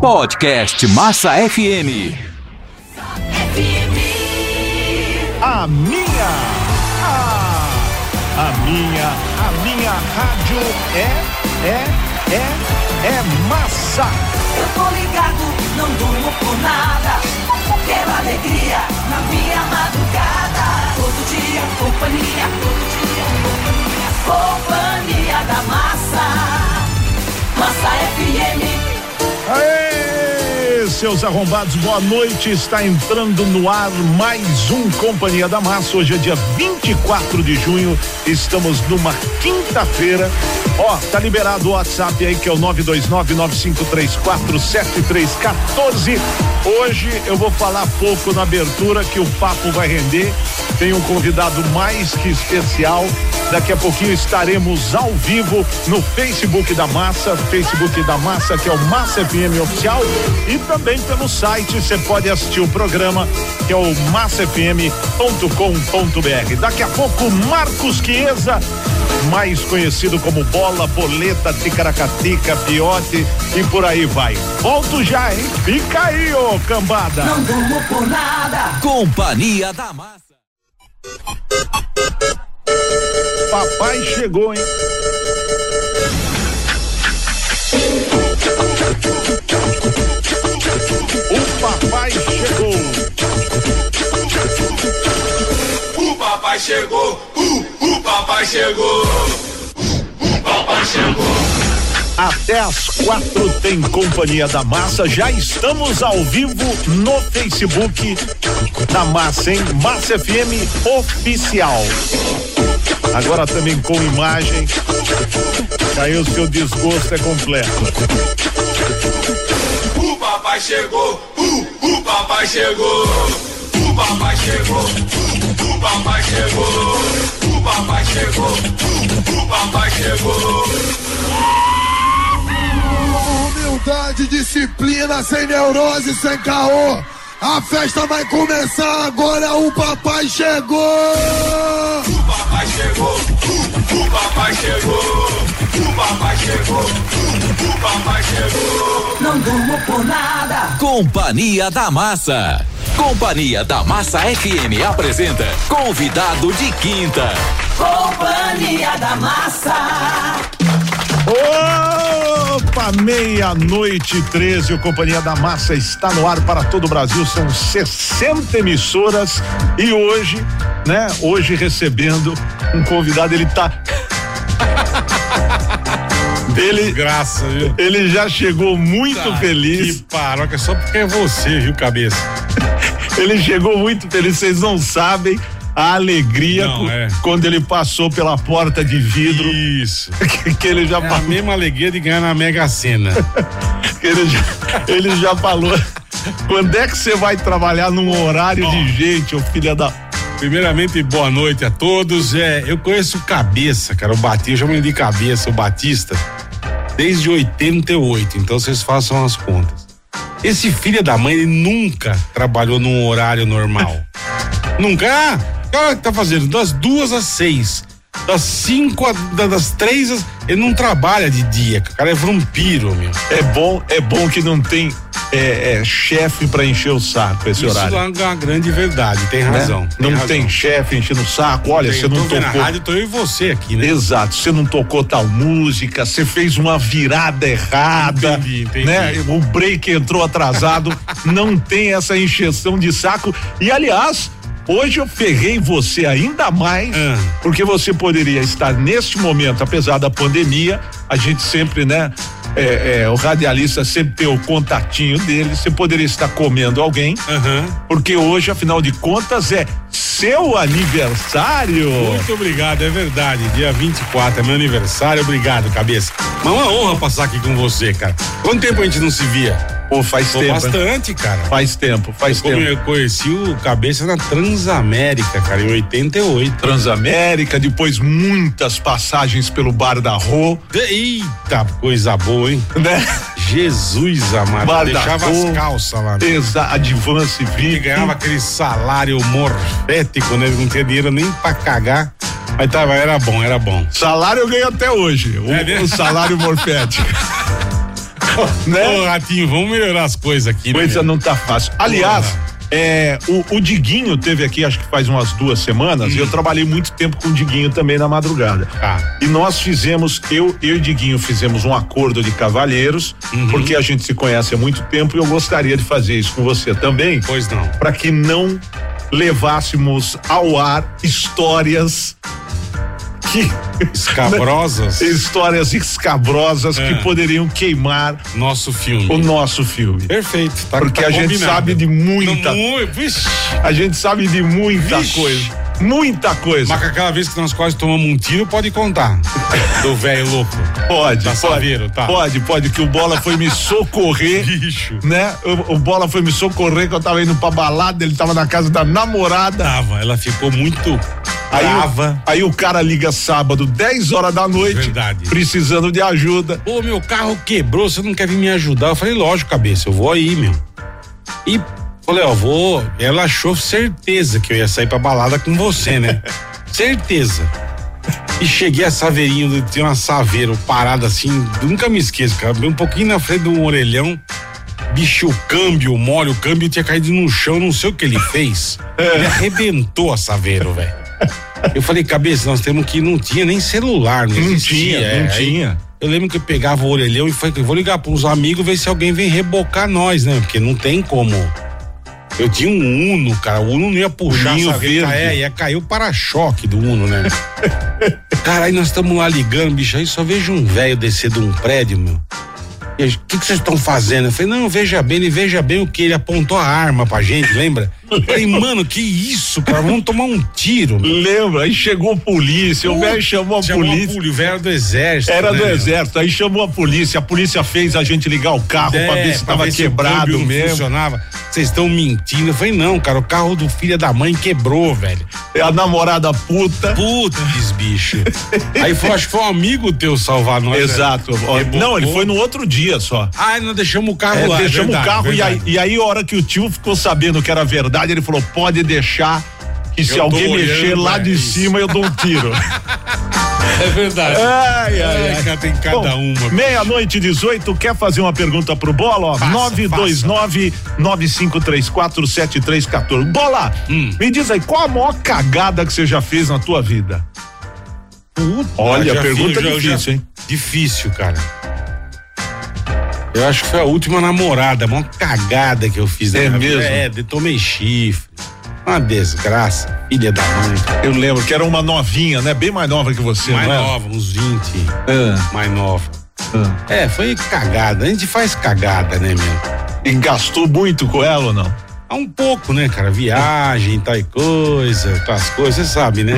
Podcast Massa FM. A minha, a, a minha, a minha rádio é, é, é, é massa. Eu tô ligado, não durmo por nada. Quero alegria na minha madrugada. Todo dia, companhia, todo dia, companhia. Companhia da massa. Massa FM. Aê, seus arrombados, boa noite. Está entrando no ar mais um Companhia da Massa. Hoje é dia 24 de junho. Estamos numa quinta-feira. Ó, tá liberado o WhatsApp aí que é o 92995347314. Hoje eu vou falar pouco na abertura que o papo vai render. Tem um convidado mais que especial. Daqui a pouquinho estaremos ao vivo no Facebook da Massa, Facebook da Massa, que é o Massa FM Oficial, e também pelo site você pode assistir o programa, que é o massafm.com.br. Daqui a pouco, Marcos Chiesa, mais conhecido como Bola, Boleta, Ticaracatica, Piote e por aí vai. Volto já, hein? Fica aí, ô cambada! Não durmo por nada. Companhia da Massa. Papai chegou, hein? O papai chegou. O papai chegou, o, o papai chegou. O, o papai chegou. Até às quatro tem Companhia da Massa. Já estamos ao vivo no Facebook da Massa, hein? Massa FM Oficial. Agora também com imagem. Aí o seu desgosto é completo. O papai chegou, o, o papai chegou. O papai chegou, o, o papai chegou. O papai chegou, o, o papai chegou. Humildade, disciplina, sem neurose, sem caô. A festa vai começar agora, o papai chegou! O papai chegou, o, o papai chegou. O papai chegou, o, o papai chegou. Não durmo por nada. Companhia da Massa. Companhia da Massa FM apresenta Convidado de Quinta. Companhia da massa. Opa, meia-noite e 13, o Companhia da Massa está no ar para todo o Brasil, são 60 emissoras e hoje, né? Hoje recebendo um convidado, ele tá. Ele, Graça, viu? Tá, ele já chegou muito feliz. Que paroca, só porque é você, viu, cabeça? Ele chegou muito feliz, vocês não sabem a alegria Não, co- é. quando ele passou pela porta de vidro Isso. que, que ele já É a falou, mesma alegria de ganhar na Mega Sena. que ele já, ele já falou. Quando é que você vai trabalhar num horário de gente, ô filha da Primeiramente, boa noite a todos. É, eu conheço o Cabeça, cara, o Batista, eu chamo ele de Cabeça, o Batista, desde 88, então vocês façam as contas. Esse filho da mãe, ele nunca trabalhou num horário normal. nunca. Ah, que hora que tá fazendo? Das duas às seis. Das cinco, a- da- das três, às- ele não trabalha de dia, cara. O cara é vampiro, meu. É bom, é bom que não tem é, é, chefe pra encher o saco esse Isso horário. é uma grande verdade, tem né? razão. não razão. tem chefe enchendo o saco. Olha, Tem, você não tô vendo tocou. Na rádio, tô eu e você aqui, né? Exato, você não tocou tal música, você fez uma virada errada, Entendi, entendi. né? O break entrou atrasado, não tem essa encheção de saco. E aliás, hoje eu ferrei você ainda mais, Ah. porque você poderia estar neste momento, apesar da pandemia, a gente sempre, né? é, é, o radialista sempre tem o contatinho dele, você poderia estar comendo alguém, Ah. Aham. porque hoje, afinal de contas, é seu aniversário. Muito obrigado, é verdade. Dia 24 é meu aniversário. Obrigado, cabeça. Mas é uma honra passar aqui com você, cara. Quanto tempo a gente não se via? Pô, faz Tô tempo. hein? bastante, cara. Faz tempo, faz Como tempo. eu conheci o cabeça na Transamérica, cara, em 88. Transamérica, depois muitas passagens pelo Bar da Rô, Eita, coisa boa, hein? né? Jesus amado. Bar Uhum. da Deixava Rô. as calças lá. Exa Advance Ele VIP. ganhava aquele salário morfético, né? Ele não tinha dinheiro nem pra cagar. Mas tava, era bom, era bom. Salário eu ganho até hoje. O, É mesmo? o salário morfético. Né? Ô, Ratinho, vamos melhorar as coisas aqui, né? Coisa meu? não tá fácil. Aliás, é, o, o Diguinho teve aqui, acho que faz umas duas semanas, e eu trabalhei muito tempo com o Diguinho também na madrugada. Uhum. Tá. E nós fizemos, eu, eu e Diguinho fizemos um acordo de cavalheiros, Uhum. porque a gente se conhece há muito tempo e eu gostaria de fazer isso com você também, Pois não. para que não levássemos ao ar histórias que Escabrosas, histórias escabrosas É. que poderiam queimar nosso o filme. nosso filme. Perfeito. Tá, Porque tá a gente combinado. sabe de muita, Não, mu- Vixe. a gente sabe de muita Vixe. coisa, muita coisa. Mas com aquela vez que nós quase tomamos um tiro, pode contar. Do velho louco. pode, Tá pode, saveiro, tá. pode, pode que o Bola foi me socorrer, Bicho. né? O, o Bola foi me socorrer que eu tava indo pra balada, ele tava na casa da namorada. Tava, ela ficou muito Aí, o- brava. aí o cara liga sábado, 10 horas da noite, Verdade. precisando de ajuda. Pô, meu carro quebrou, você não quer vir me ajudar? Eu falei, lógico, cabeça, eu vou aí, meu. E falei, ó, vou. Ela achou certeza que eu ia sair pra balada com você, né? certeza. E cheguei a Saveirinho, tinha uma Saveiro parada assim, nunca me esqueço, cara. Um pouquinho na frente de um orelhão, bicho, o câmbio mole, o câmbio tinha caído no chão, não sei o que ele fez. É. Ele arrebentou a Saveiro, velho. Eu falei, cabeça, nós temos que ir. Não tinha nem celular, não, Não tinha, existia. é. não Aí tinha. Eu lembro que eu pegava o orelhão e falei, vou ligar pros amigos, ver se alguém vem rebocar nós, né? Porque não tem como. Eu tinha um Uno, cara. O Uno não ia puxar, Uninho sabe? verde. É, ia cair o para-choque do Uno, né? cara, aí nós estamos lá ligando, bicho, aí só vejo um velho descer de um prédio, meu. E eu, O que que vocês estão fazendo? Eu falei, não, veja bem, ele veja bem o que ele apontou a arma pra gente, lembra? Eu falei, mano, que isso, cara? Vamos tomar um tiro. meu." Lembra? Aí chegou a polícia, o velho chamou a Chamou polícia. O velho era do exército. Era né, do meu? exército, aí chamou a polícia, a polícia fez a gente ligar o carro pra É, ver se tava ver o câmbio quebrado não mesmo. Funcionava. Vocês estão mentindo. Eu falei, não, cara, o carro do filho da mãe quebrou, velho. A namorada puta. Putz, bicho. Aí foi, acho que foi um amigo teu salvar nós. né? Exato. Ó, Rebocou. Não, ele foi no outro dia só. Ah, nós deixamos o carro É, lá. deixamos verdade, o carro verdade. E, aí, e aí, a hora que o tio ficou sabendo que era verdade, ele falou: pode deixar que se Eu tô alguém mexer olhando, lá é de isso." cima eu dou um tiro. É verdade. Ai, ai, Ai, cara, tem cada um. Bom, uma. Meia-noite 18, quer fazer uma pergunta pro Bola? Ó, Faça, 929-9534-7314. Bola, Hum. me diz aí, qual a maior cagada que você já fez na tua vida? Puta, Olha, já pergunta é fiz, já- difícil, já- hein? é Difícil, cara. Eu acho que foi a última namorada, a maior cagada que eu fiz. na É minha vida. mesmo? É, de- tomei chifre. Uma desgraça, filha da mãe. Eu lembro que era uma novinha, né? Bem mais nova que você, mais não é? nova, né? uns 20, Ah, mais nova. ah. É, foi cagada. A gente faz cagada, né, meu? E gastou muito com ela ou não? Há um pouco, né, cara? Viagem, tal e coisa, aquelas coisas, você sabe, né?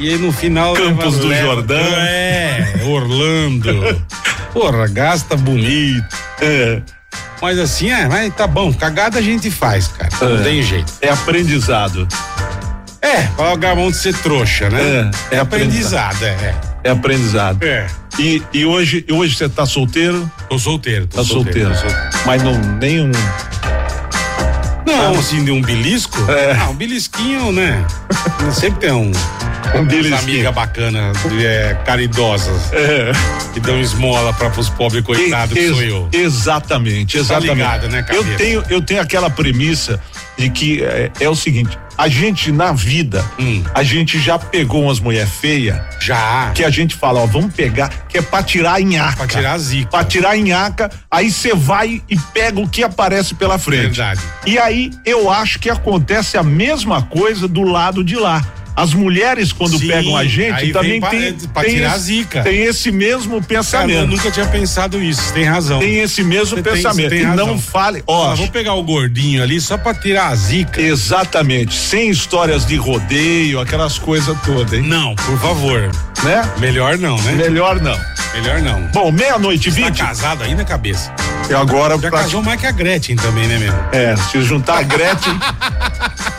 E aí no final. Hum. Campos do Jordão. É, Orlando. Porra, gasta bonito. É, Mas assim, é, mas tá bom, cagada a gente faz, cara. Não É. tem jeito. é aprendizado. É, pagar a mão de ser trouxa, né? É, é aprendizado, é. É aprendizado. É. E, e hoje, e hoje você tá solteiro? Tô solteiro, tô Tá solteiro. tô solteiro. Mas não, nem um. Não, assim, de um belisco? É. Ah, um belisquinho, né? Sempre tem um. Um Umas amigas bacanas, é, caridosas, É. que dão esmola pra, pros pobres coitados, que Ex- sou eu. Exatamente, exatamente. ligado, né, cabeça? eu tenho, eu tenho aquela premissa de que é, é o seguinte, a gente na vida, Hum. a gente já pegou umas mulher feia Já. que a gente fala, ó, vamos pegar, que é pra tirar a nhaca. Pra tirar a zica. Pra tirar a nhaca, aí você vai e pega o que aparece pela frente. Verdade. E aí eu acho que acontece a mesma coisa do lado de lá. As mulheres, quando Sim, pegam a gente, aí também vem pra- é, tem, pra tem tirar a esse- zica. Tem esse mesmo Cara, eu pensamento nunca tinha pensado isso, você tem razão. tem esse mesmo Você tem- pensamento. você tem e razão. não fale. Ó, Ó, vou pegar o gordinho ali só pra tirar a zica. exatamente. Sem histórias de rodeio, aquelas coisas todas, hein? Não, por favor. Né? Melhor não, né? Melhor não. Melhor não. Bom, meia-noite e Tá vinte. casado aí na cabeça. E agora Já pra- casou mais que a Gretchen também, né, meu? É, se juntar a Gretchen.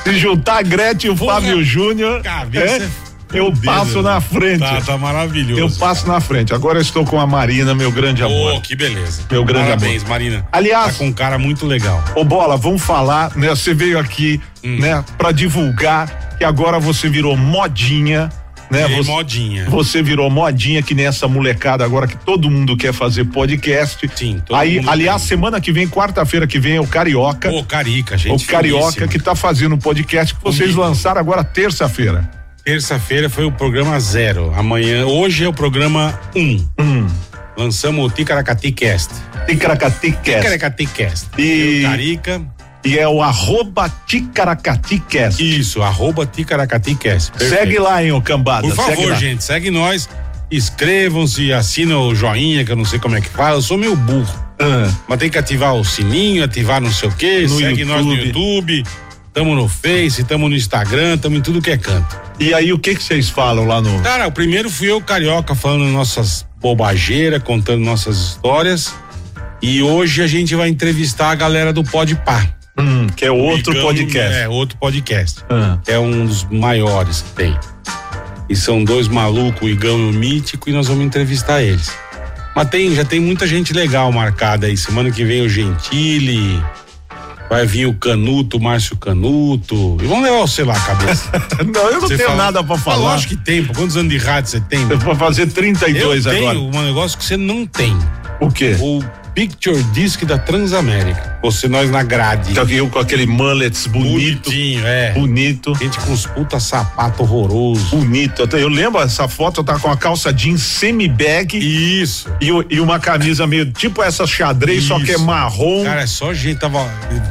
se juntar a Gretchen e o Porra, Fábio Júnior. cabeça é, é eu fudida, passo né? na frente. Tá, tá maravilhoso. Eu passo na frente. Agora eu estou com a Marina, meu grande amor. Ô, que beleza. É Meu grande Parabéns, Marina. Aliás- Tá com um cara muito legal. Hum. Ô Bola, vamos falar, né? Você veio aqui, né, pra divulgar que agora você virou modinha né? Virei Você- modinha. Você virou modinha que nem essa molecada agora que todo mundo quer fazer podcast. Sim, todo Aí, mundo aliás, tem. semana que vem, quarta-feira que vem, é o Carioca. Ô, Carica, gente. o Carioca finíssima. que tá fazendo um podcast que vocês Comigo. lançaram agora terça-feira. Terça-feira foi o programa zero. Amanhã, hoje é o programa um. Lançamos o Ticaracati Cast. Ticaracati Cast. Ticaracati Cast. E- Eu, Carica. E é o arroba Ticaracati Cast. Isso, arroba Ticaracati Cast. Perfeito. Segue lá, hein, ô cambada. Por segue favor, lá. gente, segue nós. Inscrevam-se, assina o joinha, que eu não sei como é que fala. Eu sou meio burro. Ah, Mas tem que ativar o sininho, ativar não sei o quê. No segue nós no YouTube. YouTube. Tamo no Face, tamo no Instagram, tamo em tudo que é canto. e aí, o que que vocês falam lá no. Cara, o primeiro fui eu, carioca, falando nossas bobageiras, contando nossas histórias. E hoje a gente vai entrevistar a galera do Pode Pá. Hum, que é outro Digamos, podcast. É, outro podcast. Ah. É um dos maiores que tem. E são dois malucos, o Igão e o Mítico, e nós vamos entrevistar eles. Mas tem, já tem muita gente legal marcada aí. Semana que vem o Gentili, vai vir o Canuto, o Márcio Canuto. E vamos levar o sei lá a cabeça. Não, eu não Você tenho fala- nada pra Ah, falar. Lógico que tem, pô. Quantos anos de rádio você tem? Eu vou fazer Eu 32 tenho agora. um negócio que você não tem. O quê? O Picture Disc da Transamérica. Você, nós na grade. Já viu com aquele mullets bonito, Bonitinho, é. bonito, Gente com os puta sapato horroroso. bonito. Até Eu lembro essa foto, eu tava com uma calça jeans semi-bag Isso. e, o- e uma camisa meio tipo essa xadrez, só que é Isso. marrom. Cara, é só gente. Tava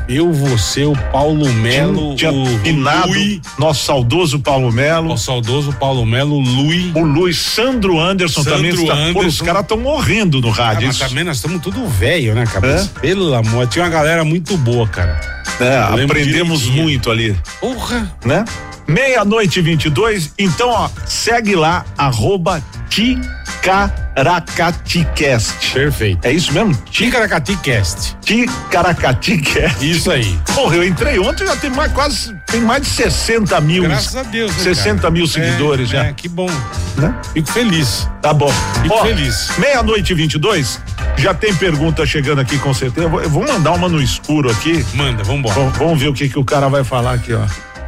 eu, você, o Paulo Melo, tinha o pinado, Lui, nosso saudoso Paulo Melo. o saudoso Paulo Melo, o Lui. O Luiz Sandro Anderson Sandro também está. Pô, os Anderson. caras estão morrendo no Ah, rádio. mas Isso, também nós estamos tudo velho, né, cabeça? Pelo amor, tinha uma galera muito boa, cara. né, eu lembro aprendemos direitinho. muito ali. Porra! né? Meia-noite e 22. Então, ó, segue lá, arroba Ticaracaticast. Perfeito. É isso mesmo? Ticaracati Cast. Ticaracaticast. Isso aí. Porra, eu entrei ontem já tem mais, quase, tem mais de 60 mil. Graças a Deus, né, 60 cara? mil seguidores É, já. É, que bom. Né? Fico feliz. Tá bom. Fico Ó, feliz. Meia-noite e 22. Já tem pergunta chegando aqui com certeza. Eu vou- Eu vou mandar uma no escuro aqui. Manda, vambora. Vamos- Vamos ver o que, que o cara vai falar aqui, ó.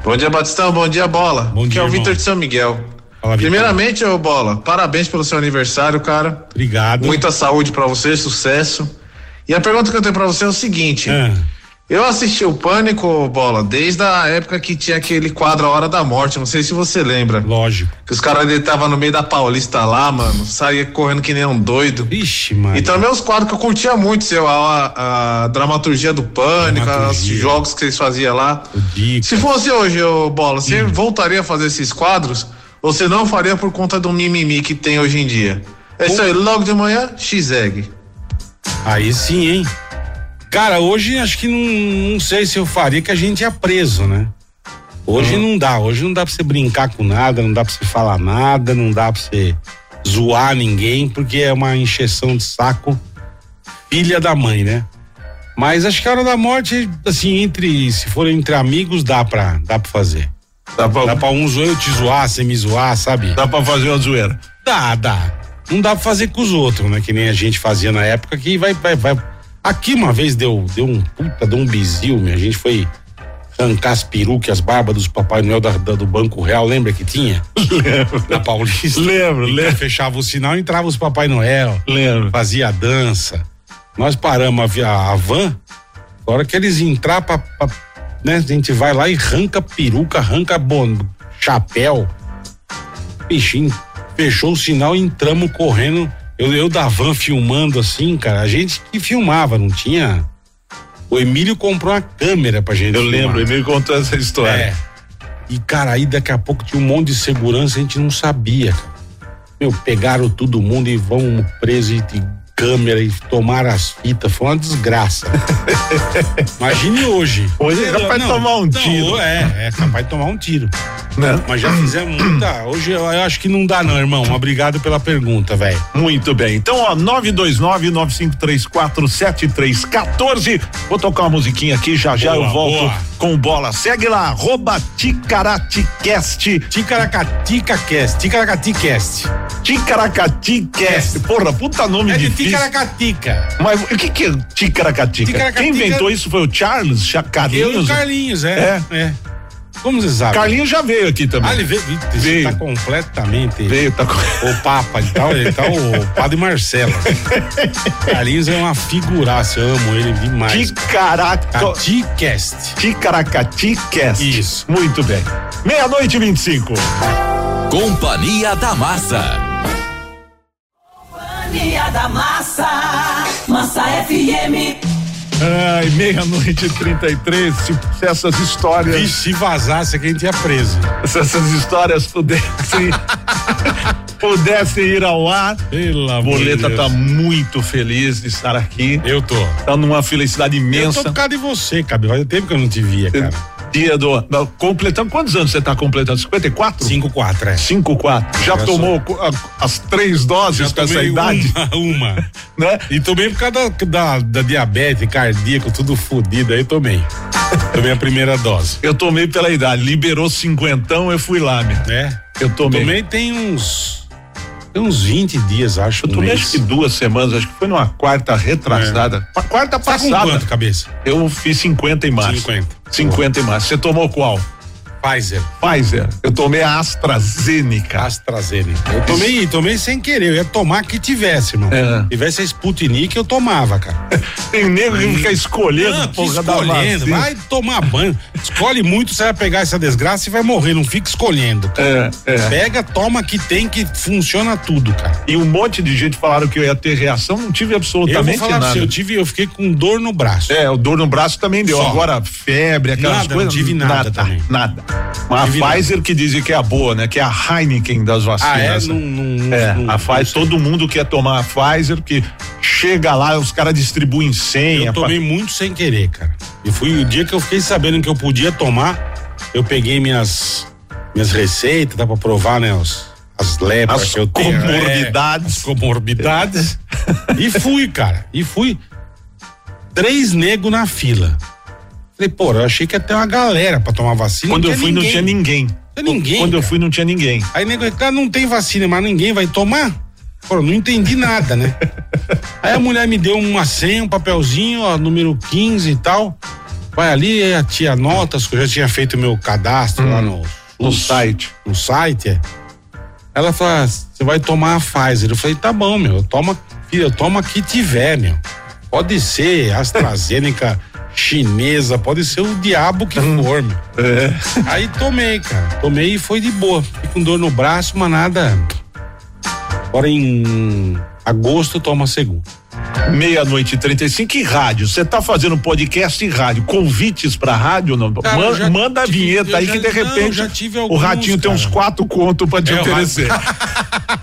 Bom dia, Batistão. Bom dia, Bola. Bom Aqui dia, é o irmão. Vitor de São Miguel. Fala, Vitor. Primeiramente, ô Bola, parabéns pelo seu aniversário, cara. Obrigado. Muita saúde pra você, sucesso. E a pergunta que eu tenho pra você é o seguinte: Ah, eu assisti o Pânico, ô Bola, desde a época que tinha aquele quadro A Hora da Morte. Não sei se você lembra. lógico. Que os caras ele tava no meio da Paulista lá, mano. Saía correndo que nem um doido. Vixe, mano. E também os quadros que eu curtia muito, seu, a, a- a dramaturgia do pânico, os Dramaturgia. jogos que vocês faziam lá. O Dica. Se fosse hoje, ô Bola, você voltaria a fazer esses quadros? Ou você não faria por conta do mimimi que tem hoje em dia? É isso aí, logo de manhã, X-Egg. Aí sim, hein? Cara, hoje acho que não, não sei se eu faria, que a gente é preso, né? Hoje Hum. não dá, hoje não dá pra você brincar com nada, não dá pra você falar nada, não dá pra você zoar ninguém, porque é uma encheção de saco filha da mãe, né? Mas acho que a hora da morte, assim, entre. Se for entre amigos, dá pra, dá pra fazer. Dá pra, Dá pra um zoar, eu te zoar, você me zoar, sabe? dá pra fazer uma zoeira. Dá, dá. Não dá pra fazer com os outros, né? Que nem a gente fazia na época, que vai, vai, vai. Aqui uma vez deu, deu um puta, deu um bizil, minha. A gente foi arrancar as perucas, as barbas dos Papai Noel da- da- do Banco Real, lembra que tinha? Na Paulista. Lembro, Então, lembro. Fechava o sinal, entrava os Papai Noel, Lembro. fazia a dança. Nós paramos a, vi- a, a van, na hora que eles entrar, pra, pra- né? A gente vai lá e arranca peruca, arranca bon, chapéu. Bichinho, fechou o sinal e entramos correndo. Eu, eu da van filmando assim, cara. A gente que filmava, não tinha. O Emílio comprou uma câmera pra gente. Eu filmar. lembro, ele me contou essa história. É. E, cara, aí daqui a pouco tinha um monte de segurança, a gente não sabia, cara. Meu, pegaram todo mundo e vão preso e, e câmera e tomaram as fitas. Foi uma desgraça. Imagine hoje. Hoje é capaz de tomar um tiro. É, é capaz de tomar um tiro. Né? Mas já fizemos muita. Hoje eu, eu acho que não dá, não, irmão. Obrigado pela pergunta, velho. Muito bem. Então, ó, 929-9534-7314. Vou tocar uma musiquinha aqui, já já Boa, eu volto boa. com bola. Segue lá, arroba Ticaraticast. Ticaracatica Cast. Ticaracaticast. Ticaracaticast. Porra, puta nome É de difícil. Ticaracatica. Mas o que que é Ticaracatica? Ticaracatica- Quem inventou isso foi o Charles É, Eu e o Chacarinhos? Carlinhos, é. É. Como você sabe? É. Carlinhos já veio aqui também. Ah, ele veio. Ixi, Veio. Tá completamente. Veio, tá com. O Papa e tal, ele tá o Padre Marcelo. Carlinhos é uma figuraça, eu amo ele demais. Ticaraca. A T-Cast. Ticaracatiques. Isso. Muito bem. Meia-noite e 25. Companhia da Massa. Companhia da Massa, Massa FM. Ai, meia-noite e 33. Se, se essas histórias. E se vazasse que a gente ia preso. Se essas histórias pudessem. pudessem ir ao ar. Pelo A amor Boleta de tá Deus. muito feliz de estar aqui. Eu tô. Tá numa felicidade Eu tô imensa. por causa de você, Cabe. Faz tempo que eu não te via, cara. Dia do. não, Completando. Quantos anos você tá completando? 54? 5-4, é. 5, 4. Já Olha tomou co- a- as três doses com essa tomei um. idade? Uma, uma. Né? E tomei por causa da, da, da diabetes, cardíaco, tudo fodido. Aí tomei. Tomei a primeira dose. Eu tomei pela idade. Liberou cinquentão, eu fui lá, meu. Né? Eu tomei. Tomei tem uns. Tem uns 20 dias, acho. Eu um tomei mês. acho que duas semanas, acho que foi numa quarta retrasada. Pa- Quarta Tá com passada. quanto, cabeça? eu fiz 50 em março. 50. 50 em março. Você tomou qual? Pfizer, Pfizer. Eu tomei a É AstraZeneca. AstraZeneca. Eu tomei, tomei sem querer. Eu ia tomar que tivesse, irmão. É. Tivesse a Sputnik, eu tomava, cara. Tem nego que fica escolhendo. Ah, a que porra da escolhendo. vacina. Vai tomar banho. Escolhe muito, você vai pegar essa desgraça e vai morrer. Não fica escolhendo. cara. É, é. Pega, toma que tem, que funciona tudo, cara. E um monte de gente falaram que eu ia ter reação, não tive Eu vou absolutamente falar pra nada. você, eu tive, eu fiquei com dor no braço. É, o dor no braço também deu. Só. Agora, febre, aquelas Nada, não coisas. tive nada também. Nada. Mas Tive a Pfizer que dizem que é a boa, né? Que é a Heineken das Ah, é? vacinas. Não, não, não- É, não- a Pfizer, todo mundo quer tomar a Pfizer, porque chega lá, os caras distribuem senha. Eu tomei muito sem querer, cara. E fui o dia que eu fiquei sabendo que eu podia tomar, eu peguei minhas minhas receitas, dá pra provar, né? Os, as lepras As que eu tenho. comorbidades. É, as comorbidades. e fui, cara. E fui. Três negros na fila. Falei, pô, eu achei que ia ter uma galera pra tomar vacina. Quando não eu tinha fui, não ninguém. tinha ninguém. Não tinha É ninguém, Quando eu cara. fui, não tinha ninguém. Aí nego, cara, não tem vacina, mas ninguém vai tomar? Pô, não entendi nada, né? Aí a mulher me deu uma senha, um papelzinho, ó, número 15 e tal. Vai ali, aí a tia nota, que eu já tinha feito meu cadastro lá no, Hum. No site. no site. é. Ela fala, "Ah, você vai tomar a Pfizer. Eu falei, tá bom, meu, toma, eu tomo a que tiver, meu. Pode ser AstraZeneca chinesa, pode ser o diabo que for, meu. Hum. É. Aí tomei, cara. Tomei e foi de boa. Fiquei com dor no braço, mas nada. Agora em agosto toma a segunda. Meia-noite e 35 e rádio. Você tá fazendo podcast e rádio. Convites pra rádio, não? Cara, Man- eu já manda a tive- vinheta eu aí já- que de não, eu repente já tive o alguns, ratinho tem cara. uns quatro contos pra te É, o oferecer.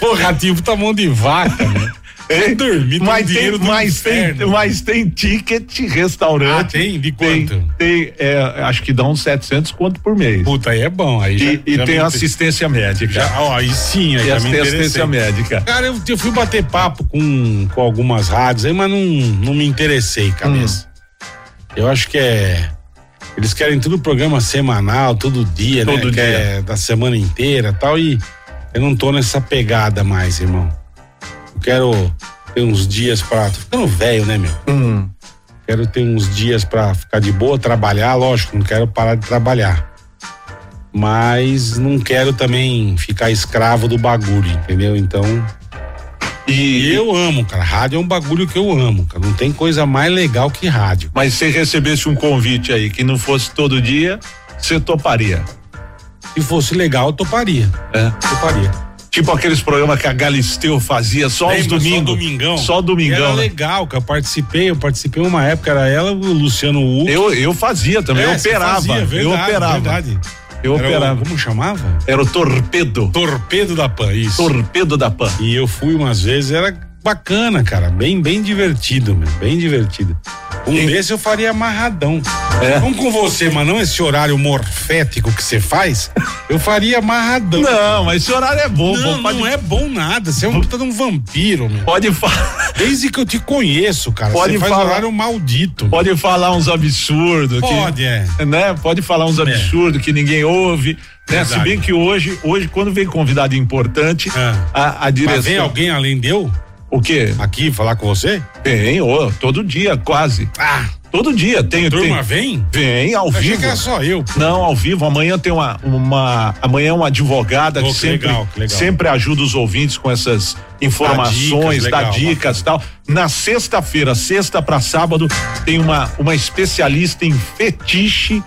Pô, ratinho tá mão de vaca, né? Hein? dormir, tem mas tem, dinheiro do mas, tem, inferno. mas tem ticket restaurante. Ah, tem? De Tem- quanto? Tem, é, acho que dá uns 700 quanto por mês. Puta, aí é bom. Aí E, e tem assistência. assistência médica. ó, aí sim, aí e já as- me tem interessei. assistência médica. Cara, eu, eu fui bater papo com, com algumas rádios aí, mas não, não me interessei, cabeça. Hum. Eu acho que é. Eles querem tudo programa semanal, todo dia, né? Todo Que dia. é da semana inteira tal. E eu não tô nessa pegada mais, irmão. Eu quero ter uns dias pra. Tô ficando velho, né, meu? Uhum. Quero ter uns dias pra ficar de boa, trabalhar, lógico, não quero parar de trabalhar. Mas não quero também ficar escravo do bagulho, entendeu? Então, e E, eu amo, cara. Rádio é um bagulho que eu amo, cara. Não tem coisa mais legal que rádio. Mas se recebesse um convite aí que não fosse todo dia, você toparia. Se fosse legal, eu toparia. né? Toparia. Tipo aqueles programas que a Galisteu fazia só aos Lembra? domingos. Só domingão. Só domingão, Era né? legal, cara. Eu participei, eu participei uma época, era ela, o Luciano Huck. Eu, eu fazia também, eu É, você operava. fazia, eu verdade, operava. Verdade. Eu Era o- operava. como chamava? Era o torpedo. Torpedo da Pan, isso. Torpedo da Pan. E eu fui umas vezes, era bacana, cara. Bem, bem divertido, meu. Bem divertido. Um desse eu faria amarradão. É. Não com você, mas não esse horário morfético que você faz, eu faria amarradão. Não, mas esse horário é bom. Não, bom, pode, não é bom nada. Você é um puta de um vampiro, meu. pode, fa- Desde que eu te conheço, cara. Pode você faz falar. horário maldito. meu. pode falar uns absurdos. aqui. Pode, é. né? Pode falar uns absurdos que ninguém ouve. Né? Verdade. Se bem que hoje, hoje, quando vem convidado importante, Ah. a, a Mas vem direção. alguém além de eu O quê? aqui falar com você? Tem, ô, todo dia, quase. Ah, Todo dia tem. A turma tem- vem? Vem ao Achei vivo. que era só eu. Não, ao vivo. Amanhã tem uma, uma amanhã é uma advogada Oh, que que sempre, legal, que legal. sempre ajuda os ouvintes com essas informações, dicas, dá legal, dicas e tal. Na sexta-feira, sexta pra sábado, tem uma uma especialista em fetiche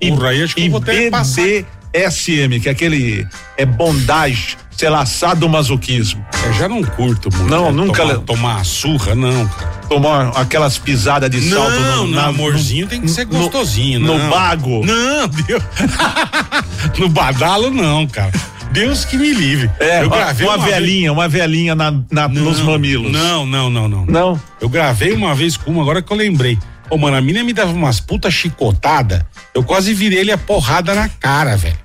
e, Porra, aí acho que eu e vou ter que passar. BDSM, que é aquele é bondage, sei lá, sadomasoquismo. Eu É, já não curto muito. Não, né? nunca Tomar, le- tomar a surra, não. cara. Tomar aquelas pisadas é de salto Não, no, não, na- amorzinho tem que ser no- gostosinho, no não. bago. Não, Deus. no badalo, não, cara. Deus que me livre. É, uma, vez- velhinha, uma velhinha na, na- nos Não, mamilos. Não, não, não, não. Não. Eu gravei uma vez com uma, agora que eu lembrei. Ô, mano, a mina me dava umas puta chicotada. Eu quase virei ele a porrada na cara, velho.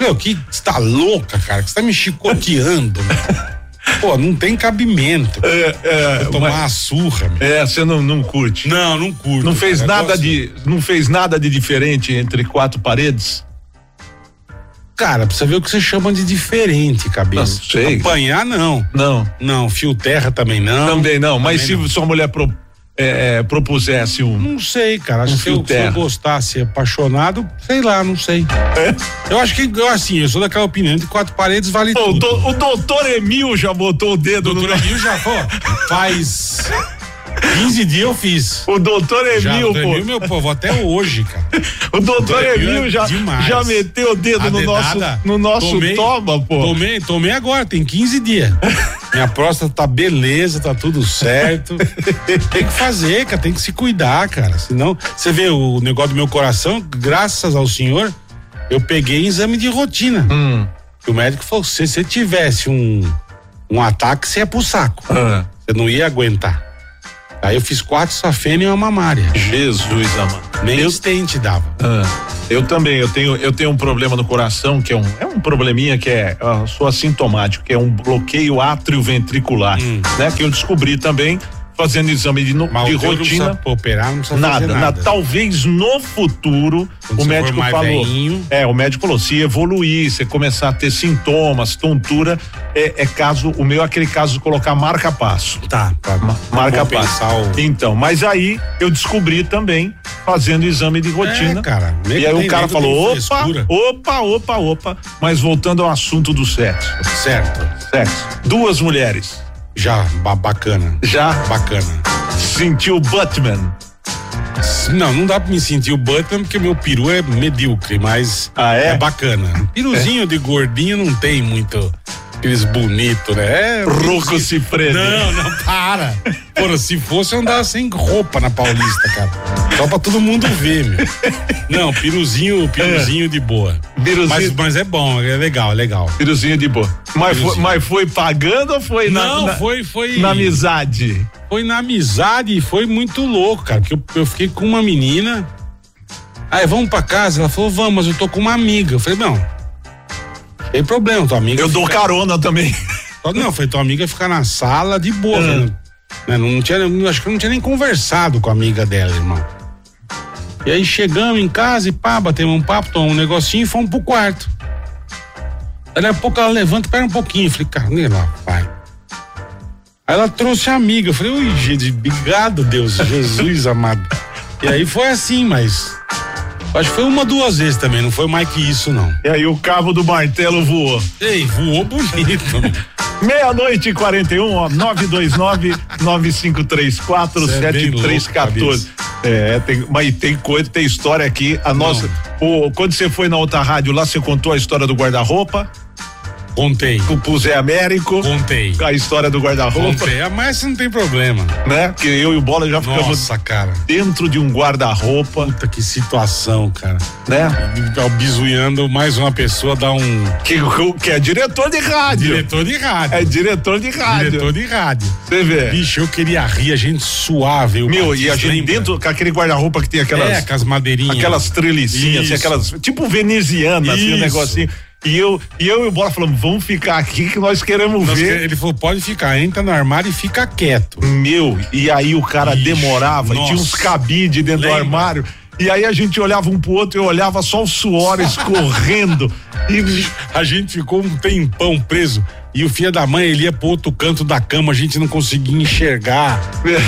Meu, que você tá louca, cara? Que você tá me chicoteando, meu. Pô, não tem cabimento. É, Vou tomar uma surra, meu. É, você não, não curte. Não, não curto. Não fez cara. nada Gosto- de, não fez nada de diferente entre quatro paredes. Cara, precisa ver o que você chama de diferente, cabelo. Tá Não sei. Apanhar, não. Não, Não, fio terra também não. também não. Mas Também se sua mulher pro- é, é, propusesse um, Não sei, cara. Acho Um que se eu, fio se eu terra. gostasse apaixonado, sei lá, não sei. É? Eu acho que, eu, assim, eu sou daquela opinião de quatro paredes vale Pô, o, tudo. do- o doutor Emil já botou o dedo Doutor no. Emil já falou, faz 15 dias eu fiz. O doutor Já, Emil, doutor pô. Emil, meu povo, até hoje, cara. o doutor doutor Emil Emil é já, demais. já meteu o dedo A no nosso, dedada, no nosso tomei- toma, pô. Tomei, tomei agora, tem 15 dias. Minha próstata tá beleza, tá tudo certo. tem que fazer, cara, tem que se cuidar, cara. Senão, você vê o negócio do meu coração, graças ao senhor, eu peguei exame de rotina. Hum. E o médico falou: se você tivesse um, um ataque, você ia pro saco. Ah, Você não ia aguentar. Aí eu fiz quatro safena e uma mamária. Jesus, amado. Nem estente dava. Ah, eu também, eu tenho, eu tenho um problema no coração, que é um, é um probleminha que é, ah, sou assintomático, que é um bloqueio atrioventricular, né? Que eu descobri também fazendo exame de, no- Hum. Mas de Ah, o teu não precisa rotina. operar, não precisa Nada, fazer na- nada. talvez no futuro Quando o você médico for mais falou. velhinho. É, o médico falou: se evoluir, se começar a ter sintomas, tontura, é, é caso, o meu é aquele caso de colocar marca-passo. Tá, pra Marca passo. compensar o- Então, mas aí eu descobri também fazendo exame de rotina. É, cara. E Nego aí tem- o cara nego falou: tem opa, frescura. opa, opa, opa. Mas voltando ao assunto do sexo. Certo. Sexo. Duas mulheres Já, ba- bacana. já Bacana. sentiu Butman. Não, não dá pra me sentir o Butman porque meu peru é medíocre, mas Ah, é? bacana. Piruzinho de gordinho não tem muito aqueles bonito, né? É, Roco se prende. Não, não, para. Porra, se fosse eu andava sem roupa na Paulista, cara. Só pra todo mundo ver, meu. Não, piruzinho, piruzinho de boa. Piruzinho- Mas, mas é bom, é legal, é legal. Piruzinho de boa. Mas, foi, Piruzinho. mas foi pagando ou foi na- Não, na, foi, foi. na amizade? foi na amizade e foi muito louco, cara. Porque eu, eu fiquei com uma menina. Aí, vamos pra casa? Ela falou, vamos, mas eu tô com uma amiga. Eu falei, não. Tem problema, tua amiga. Eu dou carona também. É. Só- Não, foi tua amiga ficar na sala de boa. né? Né, Não, tinha, eu acho que eu não tinha nem conversado com a amiga dela, irmão. E aí chegamos em casa e pá, batemos um papo, tomamos um negocinho e fomos pro quarto. Daí a pouco ela levanta, pera um pouquinho. Eu falei, cara, nem lá, vai. Aí ela trouxe a amiga. Eu falei, ui, gente, obrigado, Deus, Jesus amado. E aí foi assim, mas. Acho que foi uma, duas vezes também, não foi mais que isso, não. E aí o cabo do martelo voou. Ei, voou bonito. Meia-noite e 41, ó, 929 9534 Cê é bem louco, 7314. cabeça. É, tem, mas tem coisa, tem história aqui. A nossa. o- quando você foi na outra rádio lá, você contou a história do guarda-roupa, Contei. com o Zé Américo, Contei. a história do guarda-roupa, Comprei, é, mas isso não tem problema. Tá né? Que eu e o Bola já ficamos Nossa, cara. dentro de um guarda-roupa, Puta que situação, cara. Tá né? Bizuiando mais uma pessoa dá um. Que, que é diretor de rádio. Diretor de rádio. É diretor de rádio. Diretor de rádio. Você vê. Bicho, eu queria rir, a gente suave. Meu, e a gente dentro com aquele guarda-roupa que tem aquelas. É, com as madeirinhas. aquelas trelicinhas, assim, Isso. aquelas tipo veneziana, assim, um Isso. negocinho. E eu, e eu e o Bola falamos, vamos ficar aqui que nós queremos Nós ver. que- Ele falou: pode ficar, entra no armário e fica quieto. Meu, e aí o cara Ixi, demorava, e tinha uns nossa. cabide dentro do Lembra? armário. E aí a gente olhava um pro outro, eu olhava só o suor escorrendo. E A gente ficou um tempão preso. E o filho da mãe, ele ia pro outro canto da cama, a gente não conseguia enxergar.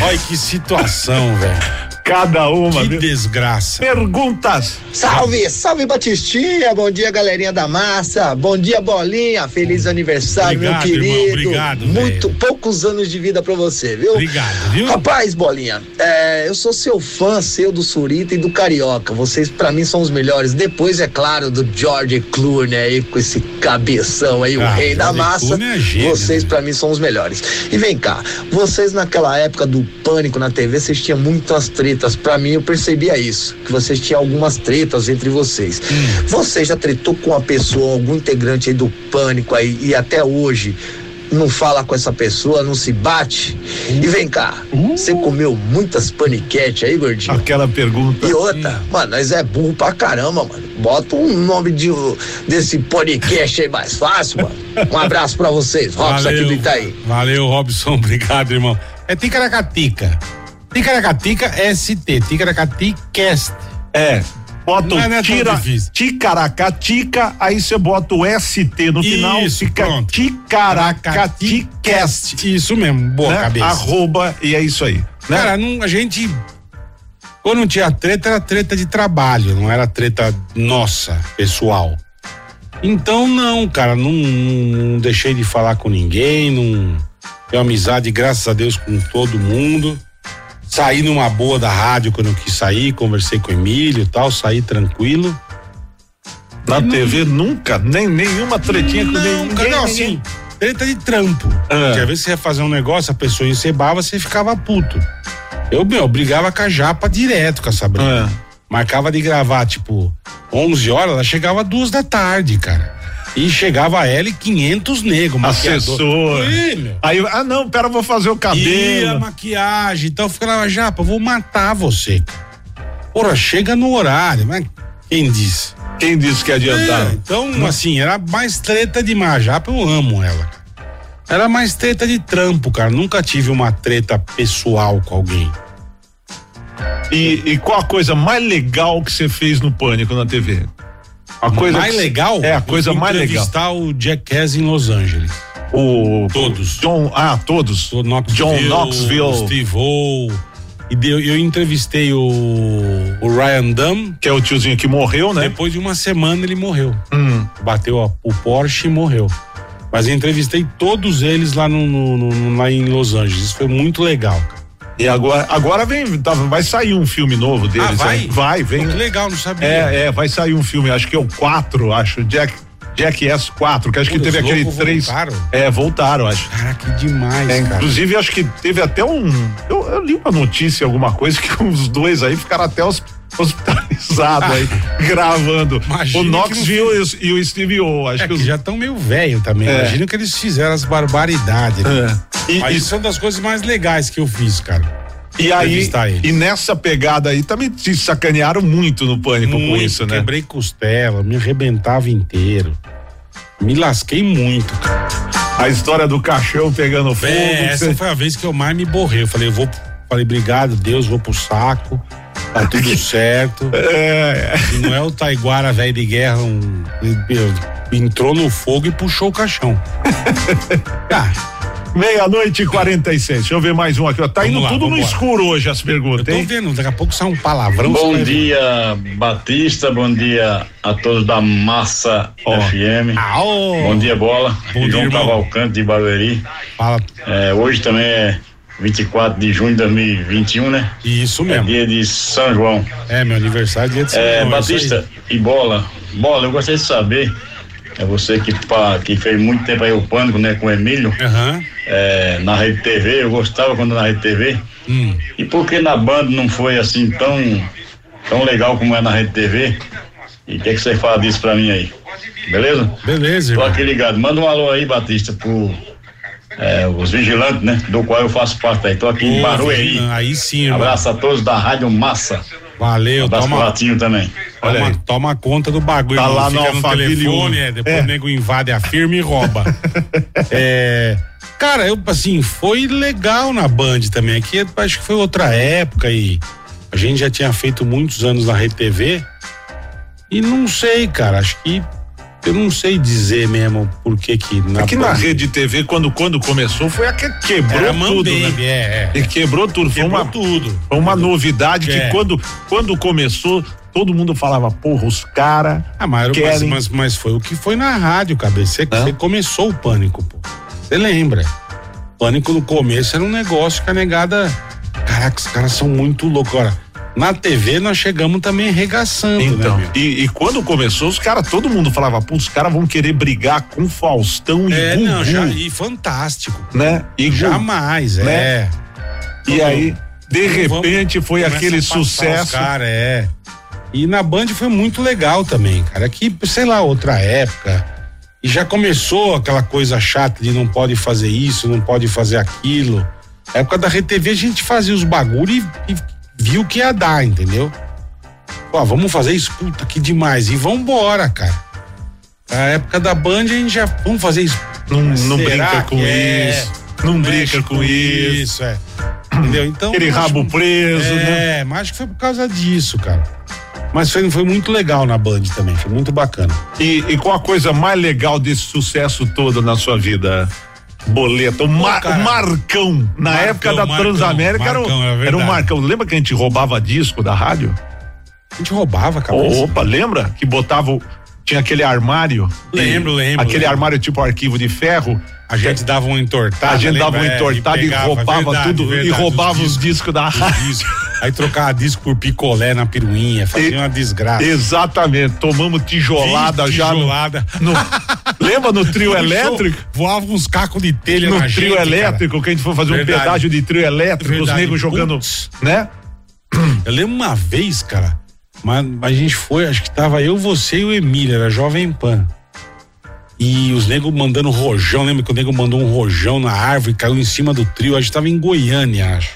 Olha que situação, velho. Cada uma. Que viu? desgraça. Perguntas. Salve, salve Batistinha, bom dia galerinha da massa, bom dia Bolinha, feliz aniversário meu Obrigado, querido. irmão, obrigado, Muito velho. poucos anos de vida pra você, viu? Obrigado, viu? Rapaz, Bolinha, é, eu sou seu fã, seu do Surita e do Carioca. Vocês pra mim são os melhores. Depois é claro do George Clooney aí com esse cabeção aí, Ah, o rei da George massa. Clooney é gênio, vocês né? pra mim são os melhores. E vem cá, vocês naquela época do pânico na TV, vocês tinham muitas tretas. Pra mim, eu percebia isso, que vocês tinham algumas tretas entre vocês. Hum. Você já tretou com uma pessoa, algum integrante aí do pânico aí, e até hoje não fala com essa pessoa, não se bate? Hum. E vem cá, você comeu muitas paniquete aí, gordinho? Aquela pergunta. E outra, mano, nós é burro pra caramba, mano. Bota um nome de, desse podcast aí mais fácil, mano. Um abraço pra vocês. Robson aqui do Itaí. Valeu, Robson. Obrigado, irmão. É Ticaracatica. Ticaracatica ST. Ticaracaticast. É. Bota Não é- não é o tão tira, difícil. ticaracatica, aí você bota o ST no final, Isso, fica pronto. ticaracaticast. Isso mesmo. Boa né? cabeça. Arroba, e é isso aí. né? Cara, não, a gente. Quando tinha treta, era treta de trabalho, não era treta nossa, pessoal. Então, não, cara, não, não- não deixei de falar com ninguém, não. Tenho amizade, graças a Deus, com todo mundo. Saí numa boa da rádio quando eu quis sair, conversei com o Emílio e tal, saí tranquilo. Na TV nunca, nem nenhuma tretinha com Não, ninguém. cara, não, ninguém. assim, treta de trampo. Ah. Porque às vezes você ia fazer um negócio, a pessoa encebava, você ficava puto. Eu, meu, brigava com a japa direto com essa briga. Ah. Marcava de gravar, tipo, 11 horas, ela chegava duas da tarde, cara. E chegava a ela e 500 negros. maquiador. Assessor. Ih, meu. Aí, ah não, pera, eu vou fazer o E É. a cabelo. maquiagem e tal. Eu Ficava, "Ah, japa, eu vou matar você. Porra, chega no horário, mas quem disse? Quem disse que É, adiantava? então, assim, era mais treta de Majapa, eu amo ela. cara. Era mais treta de trampo, cara. Nunca tive uma treta pessoal com alguém. E, e qual a coisa mais legal que você fez no Pânico na TV? A coisa mais que- legal? É, a coisa eu fui mais legal. Entrevistar o Jackass em Los Angeles. O Todos. John, ah, todos. O Knoxville, John Knoxville. O Steve O. E deu- eu entrevistei o, o Ryan Dunn. Que é o tiozinho que morreu, né? Hum. Depois de uma semana ele morreu. Bateu a- o Porsche e morreu. Mas eu entrevistei todos eles lá, no, no- no- lá em Los Angeles. Isso foi muito legal, cara. E agora, agora vem, tá, vai sair um filme novo deles. Ah, vai? né? Vai, vem. Pô, que legal, não sabia. É, é, vai sair um filme, acho que é o 4, acho, Jack, Jack S4, que acho que Pô, teve os aquele loucos 3. voltaram? É, voltaram, acho. Cara, que demais, É, cara. inclusive, acho que teve até um. Eu, eu li uma notícia, alguma coisa, que os dois aí ficaram até hos- hospitalizados aí, gravando. Imagina o que Knoxville e o- e o Steve O. Acho É que que os. já estão meio velho também. É. Imagina o que eles fizeram as barbaridades. né? É. E, Mas e- isso são das coisas mais legais que eu fiz, cara. e aí, entrevistar eles. e nessa pegada aí, também te sacanearam muito no pânico com Muito, isso, né? Quebrei costela, me arrebentava inteiro. Me lasquei muito, cara. A história do caixão pegando fogo. É, que essa você- foi a vez que eu mais me borrei. Eu falei, eu vou. pro- Falei, obrigado, Deus, vou pro saco. Tá tudo certo. É, E não é o Taiguara velho de guerra, um, entrou no fogo e puxou o caixão. ah, meia-noite e 46. Deixa eu ver mais um aqui. ó. Tá Vamos indo lá, tudo no vambora. escuro hoje as perguntas, Tô hein? vendo, daqui a pouco sai um palavrão. você Bom vai ver. dia, Batista. Bom dia a todos da Massa Ó. FM. Ah, ô, Bom dia, bola. Bom dia, João irmão. Cavalcante de Barueri. Fala. É, hoje também é 24 de junho de 2021, né? Isso É mesmo. dia de São João. É, meu aniversário é dia de São É, João, isso aí. Batista e bola. Bola, eu gostaria de saber. É você que, pa- que fez muito tempo aí o pânico, né, com o Emílio, Aham. é, na Rede TV. Eu gostava quando na Rede TV. Hum. E por que na Band não foi assim tão, tão legal como é na Rede TV? E o que, que você fala disso pra mim aí? Beleza? Beleza, Tô irmão. aqui ligado. Manda um alô aí, Batista, pro. é, os vigilantes, né? Do qual eu faço parte aí. Tô aqui em Ô, Barueri. Virgínia, Aí sim, irmão. Abraço a todos da Rádio Massa. Valeu, Abraço pro toma, Ratinho também. Olha aí. toma, toma conta do bagulho. Tá irmão. lá no Fica Alphaville telefone, um. é, depois É. o nego invade a firma e rouba. É, cara, eu, assim, foi legal na Band também. Aqui eu acho que foi outra época e a gente já tinha feito muitos anos na Rede TV. E não sei, cara, acho que Eu não sei dizer mesmo por que que na Aqui na Band- rede TV, quando, quando começou, foi a que quebrou Era tudo, Mambembe, né? é, é. E quebrou tudo. Foi Quebrou uma, tudo. foi uma novidade É. que quando, quando começou, todo mundo falava, porra, os caras. Ah, mas, era- mas, Querem. mas, mas foi o que foi na rádio, cabeça. Você- Hã? Você começou o pânico, pô. Você lembra? Pânico no começo era um negócio que a negada. Caraca, os caras são muito loucos. Agora, na TV nós chegamos também arregaçando, Então, né? e, e quando começou, os caras, todo mundo falava, pô, os caras vão querer brigar com Faustão e meu? É, Gugu, não, já. E fantástico. né? E, Gugu. Jamais, Né? é. e aí, de Então, vamos- repente, foi Começa aquele a passar os sucesso. Cara, é. E na Band foi muito legal também, cara. Que, sei lá, outra época. E já começou aquela coisa chata de não pode fazer isso, não pode fazer aquilo. Na época da RTV a gente fazia os bagulho e, e viu que ia dar, entendeu? Ó, vamos fazer isso, puta que demais. E vambora, cara. Na época da Band a gente já. Vamos fazer isso. Não, não Será brinca que com é? isso. Não Mexe brinca com isso. é. Entendeu? Então. Aquele acho rabo preso, né? é, mas acho que foi por causa disso, cara. Mas foi, foi muito legal na Band também, foi muito bacana. E, e qual a coisa mais legal desse sucesso todo na sua vida? Boleta, o, Mar- cara. o Marcão. Na Marcão, época da Marcão, Transamérica Marcão, era, o, é era o verdade. Marcão. Lembra que a gente roubava disco da rádio? A gente roubava, cara. Opa, lembra? Que botava. o- Tinha aquele armário. Lembro, E- lembro, Aquele lembro. armário tipo arquivo de ferro. A gente dava uma entortada. A gente dava lembra? uma É, entortada e, pegava, roubava verdade, tudo. verdade, e roubava os discos, discos da rádio. os discos. Aí trocava disco por picolé na piruinha, fazia E- uma desgraça. Exatamente. Tomamos tijolada já. no- Tijolada. no- lembra no trio No elétrico? show, Voava uns cacos de telha no na trio gente, cara. elétrico, que a gente foi fazer um Verdade. pedágio de trio elétrico, os Verdade. negros jogando, Putz. né? Eu lembro uma vez, cara, mas a gente foi, acho que tava eu, você e o Emílio, era Jovem Pan. E os negros mandando rojão, lembra que o nego mandou um rojão na árvore, caiu em cima do trio, a gente tava em Goiânia, acho.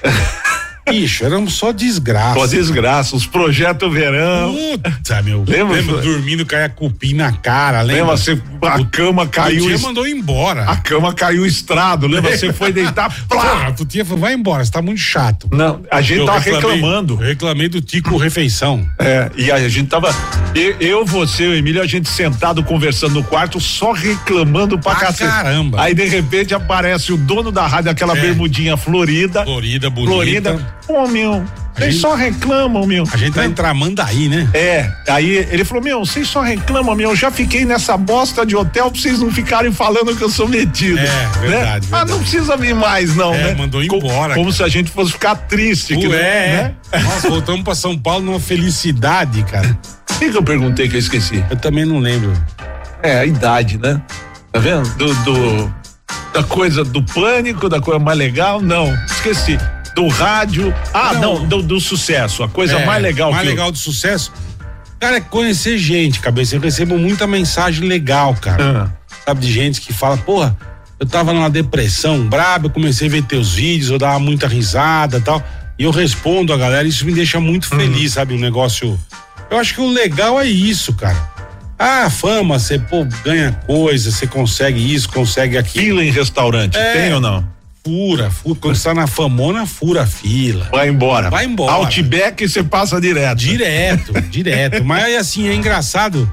Bicho, éramos só desgraça. Pô, desgraça, os projetos Então, verão. Puta, meu. Lembra? Lembra dormindo, caia cupim na cara, lembra? Lembra, você, a cama o caiu, tia es- mandou embora. a cama caiu estrado, lembra? Você foi deitar, plá! Porra, tu tia falou, vai embora, você tá muito chato. Não, a gente Eu tava reclamei- reclamando. eu reclamei do Tico Refeição. É, e a gente tava, e- eu, você, o Emílio, a gente sentado conversando no quarto, só reclamando pra Ah, cacete. caramba. Aí de repente aparece o dono da rádio, aquela É. bermudinha florida, Florida, bonita. florida. Ô, meu, vocês gente- só reclamam, meu. A gente tá em Tramandaí, né? É, aí ele falou: Meu, vocês só reclamam, meu. Eu já fiquei nessa bosta de hotel pra vocês não ficarem falando que eu sou metido. É, né? verdade, Ah, verdade. não precisa vir mais, não, É, né? mandou Co- embora, Como cara. se a gente fosse ficar triste. né? Ué, que, é. Nós voltamos pra São Paulo numa felicidade, cara. O que, que eu perguntei que eu esqueci? Eu também não lembro. É, a idade, né? Tá vendo? Do. do- da coisa do pânico, da coisa mais legal, não. Esqueci. Do rádio. Ah, não, Não. do, do sucesso. A coisa É, mais legal Mais que eu- legal do sucesso. Cara, é conhecer gente, cabeça. Eu recebo muita mensagem legal, cara. Ah. Sabe, de gente que fala, porra, eu tava numa depressão braba, eu comecei a ver teus vídeos, eu dava muita risada e tal. E eu respondo a galera, isso me deixa muito Hum. feliz, sabe? Um negócio. Eu acho que o legal é isso, cara. Ah, fama, você pô, ganha coisa, você consegue isso, consegue aquilo. Fila em restaurante, É. tem ou não? Fura, fura. Quando você tá na famona, fura a fila. Vai embora. Vai embora. Outback você passa direto. Direto, direto. Mas assim, é engraçado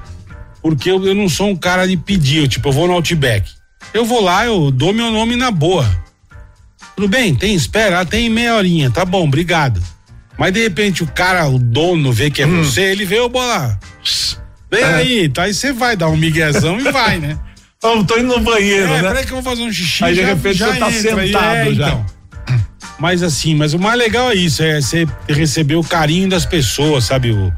porque eu, eu não sou um cara de pedir. Eu, tipo, eu vou no Outback. Eu vou lá, eu dou meu nome na boa. Tudo bem, tem espera, ah, tem meia horinha, tá bom, obrigado. Mas de repente o cara, o dono, vê que é Hum. você, ele vê o bola. Vem É. aí, tá? Aí você vai dar um miguezão e vai, né? Eu tô indo no banheiro, É, né? peraí que eu vou fazer um xixi. Aí, de repente, você tá entra, É, então. aí, sentado já. Mas assim, mas o mais legal é isso, é você receber o carinho das pessoas, sabe? O-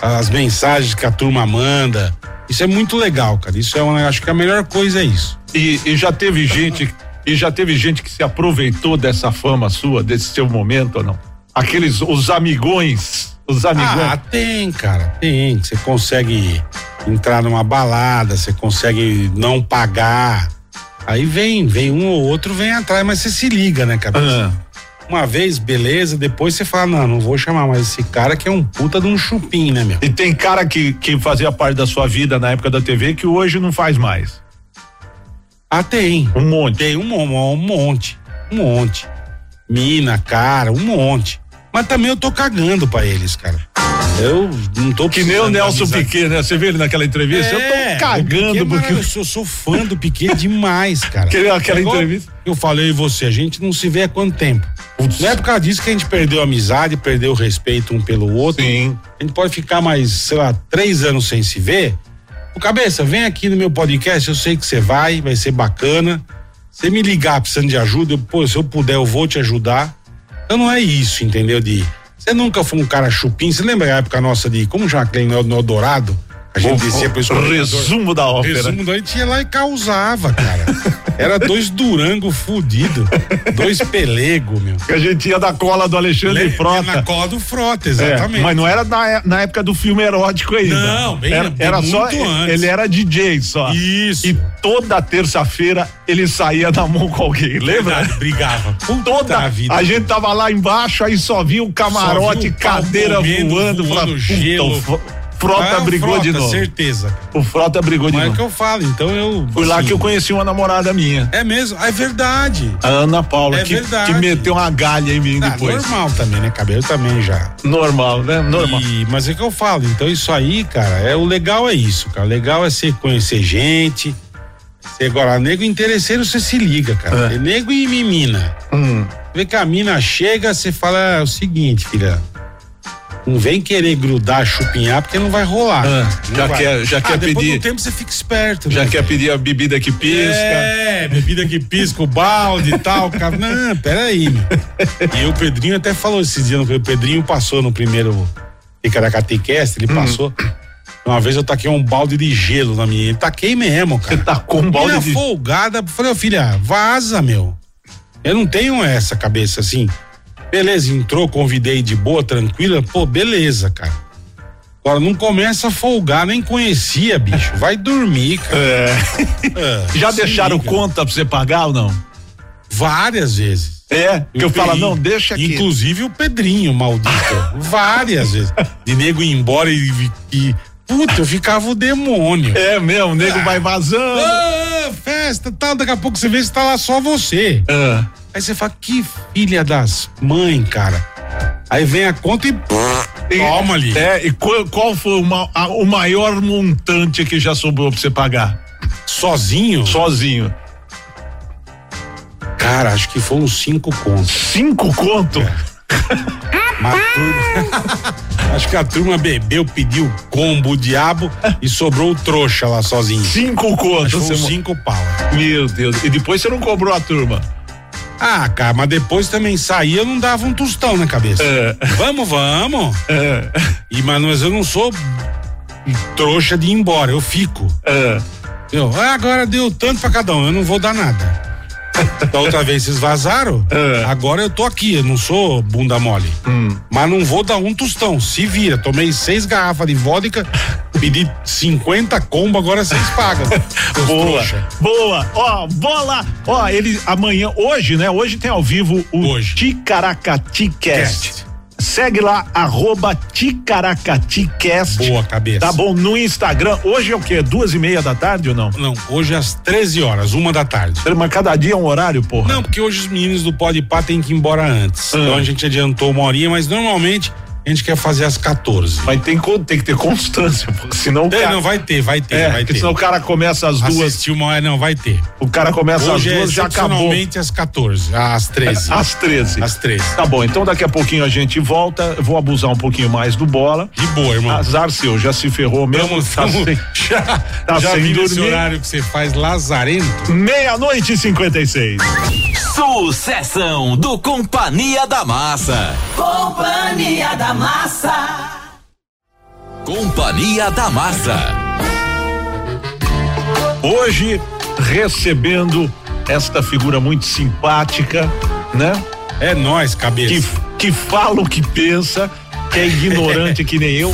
as mensagens que a turma manda. Isso é muito legal, cara. Isso é uma, acho que a melhor coisa é isso. E, e já teve gente e já teve gente que se aproveitou dessa fama sua, desse seu momento ou não? Aqueles os amigões, os amigões. Ah, tem, cara, tem. Você consegue entrar numa balada, você consegue não pagar. Aí vem, vem um ou outro, vem atrás, mas você se liga, né, cara? Ah, uma vez, beleza, depois você fala, não, não vou chamar mais esse cara que é um puta de um chupim, né, meu? E tem cara que, que fazia parte da sua vida na época da TV que hoje não faz mais. Ah, tem. Um monte. Tem um, mon- um monte, um monte. Mina, cara, um monte. Mas também eu tô cagando pra eles, cara. Eu não tô Que nem o precisando Nelson avisar. Piquet, né? Você vê ele naquela entrevista? eu tô o Piquet, cagando porque. mano, É. Eu sou, sou fã do Piquet demais, cara. Queria aquela É igual entrevista? Eu falei, e você, a gente não se vê há quanto tempo? Não é por causa disso que a gente perdeu a amizade, perdeu o respeito um pelo outro. Sim. A gente pode ficar mais, sei lá, três anos sem se ver. Ô, cabeça, vem aqui no meu podcast, eu sei que você vai, vai ser bacana. Você me ligar precisando de ajuda, eu, pô, se eu puder, eu vou te ajudar. Então não é isso, entendeu? De. Você nunca foi um cara chupim. Você lembra a época nossa de. Como Jacqueline no no Eldorado? A gente descia pro escorregador. Resumo da ópera. Resumo da gente ia lá e causava, cara. Era dois Durango fudido, dois pelego, meu. Que a gente ia da cola do Alexandre Le- Na Frota. cola do Frota, É, exatamente. mas não era na, na época do filme erótico ainda. Não, bem- era, bem era muito só antes. ele era DJ só. Isso. E toda terça-feira ele saía na mão com alguém, lembra? Verdade, brigava. Puta Toda a, vida. gente tava lá embaixo, aí só vinha o Só camarote, vinha o pau cadeira comendo, voando, voando falava, "Puta, gelo." o Fro- Frota Ah, brigou Frota, de novo. certeza. O Frota brigou de Mas é o que novo. eu falo, então eu. Foi lá assim, que eu conheci uma namorada minha, É mesmo, ah, é verdade. a Ana Paula, É que, verdade. que meteu uma galha em mim Ah, depois. normal também, né? Cabelo também já. Normal, né? Normal. E- mas é que eu falo, então isso aí, cara, é o legal é isso, cara. O legal é você conhecer gente. Você agora, nego interesseiro, você se liga, cara. É. Nego e menina. Hum. Vê que a mina chega, você fala "Ah, é o seguinte, filha. Não vem querer grudar, chupinhar, porque não vai rolar. Ah, Não já vai. quer- já Ah, quer depois pedir- do tempo você fica esperto. Já né, quer pedir a bebida que pisca. é, bebida que pisca o balde e tal. Cara. Não, peraí, meu. E o Pedrinho até falou esses dias, o Pedrinho passou no primeiro Ticaracatecast, Hum. ele passou. Uma vez eu taquei um balde de gelo na minha. Taquei mesmo, cara. Tacou um Minha balde de... folgada, falei, ô filha, vaza, meu. Eu não tenho essa cabeça assim. Beleza, entrou, convidei de boa, tranquila. Pô, beleza, cara. Agora não começa a folgar, nem conhecia, bicho. Vai dormir, cara. Ah, É. Já se deixaram liga. conta pra você pagar ou não? Várias vezes. É, que eu O falo, Pedrinho, não, deixa aqui. Inclusive o Pedrinho, maldito. Várias vezes. De nego ir embora e. e puta, eu ficava o demônio. É mesmo, o nego vai vazando. Ah, festa tal, daqui a pouco você vê se tá lá só você. Ah, Aí você fala, que filha das mãe, cara. Aí vem a conta e. Toma ali. É, e qual, qual foi o, ma- a- o maior montante que já sobrou pra você pagar? Sozinho? Sozinho. Cara, acho que foram cinco contos. Cinco conto? Mas a turma- acho que a turma bebeu, pediu combo, o diabo e sobrou o trouxa lá sozinho. Cinco conto. Acho que Você foram mo- cinco pau. Meu Deus. E depois você não cobrou a turma. Ah, cara, mas depois também saía, eu não dava um tostão na cabeça. Vamos, vamos. É, E, mas, mas eu não sou trouxa de ir embora, eu fico. é. Eu, "Ah, agora deu tanto pra cada um, eu não vou dar nada. Da outra vez vocês vazaram, É. agora eu tô aqui, eu não sou bunda mole. Hum. Mas não vou dar um tostão, se vira. Tomei seis garrafas de vodka, pedi 50 combo, agora vocês pagam. seus Boa, trouxa. boa, ó, bola, ó, ele amanhã, hoje, né? Hoje tem ao vivo o Hoje. Ticaracaticast. Cast. Segue lá, arroba Ticaracaticast. Boa cabeça. Tá bom, no Instagram, hoje é o quê? Duas e meia da tarde ou não? Não, hoje é às 13 horas, uma da tarde. Mas cada dia é um horário, porra. Não, porque hoje os meninos do Podpah têm que ir embora antes. Ah. Então a gente adiantou uma horinha, mas normalmente a gente quer fazer às 14. Mas tem, co- tem que ter constância, porque senão o Tem, cara... não, vai ter, vai ter, é, vai porque ter. senão o cara começa às duas, Assistir uma hora, não, vai ter. o cara começa às Hoje é duas, já acabou. excepcionalmente às 14, às 13. Às treze. Às 13. Tá bom, então daqui a pouquinho a gente volta, eu vou abusar um pouquinho mais do bola. De boa, irmão. Azar seu, já se ferrou mesmo. Tamo, tá tamo- sem- já tá já sem vi esse dormir. horário que tá você faz lazarento. Meia-noite e 56. Sucessão do Companhia da Massa. Companhia da Massa. Companhia da Massa. Hoje, recebendo esta figura muito simpática, né? É nós, Que, cabeça. que fala o que pensa, que é ignorante que nem eu.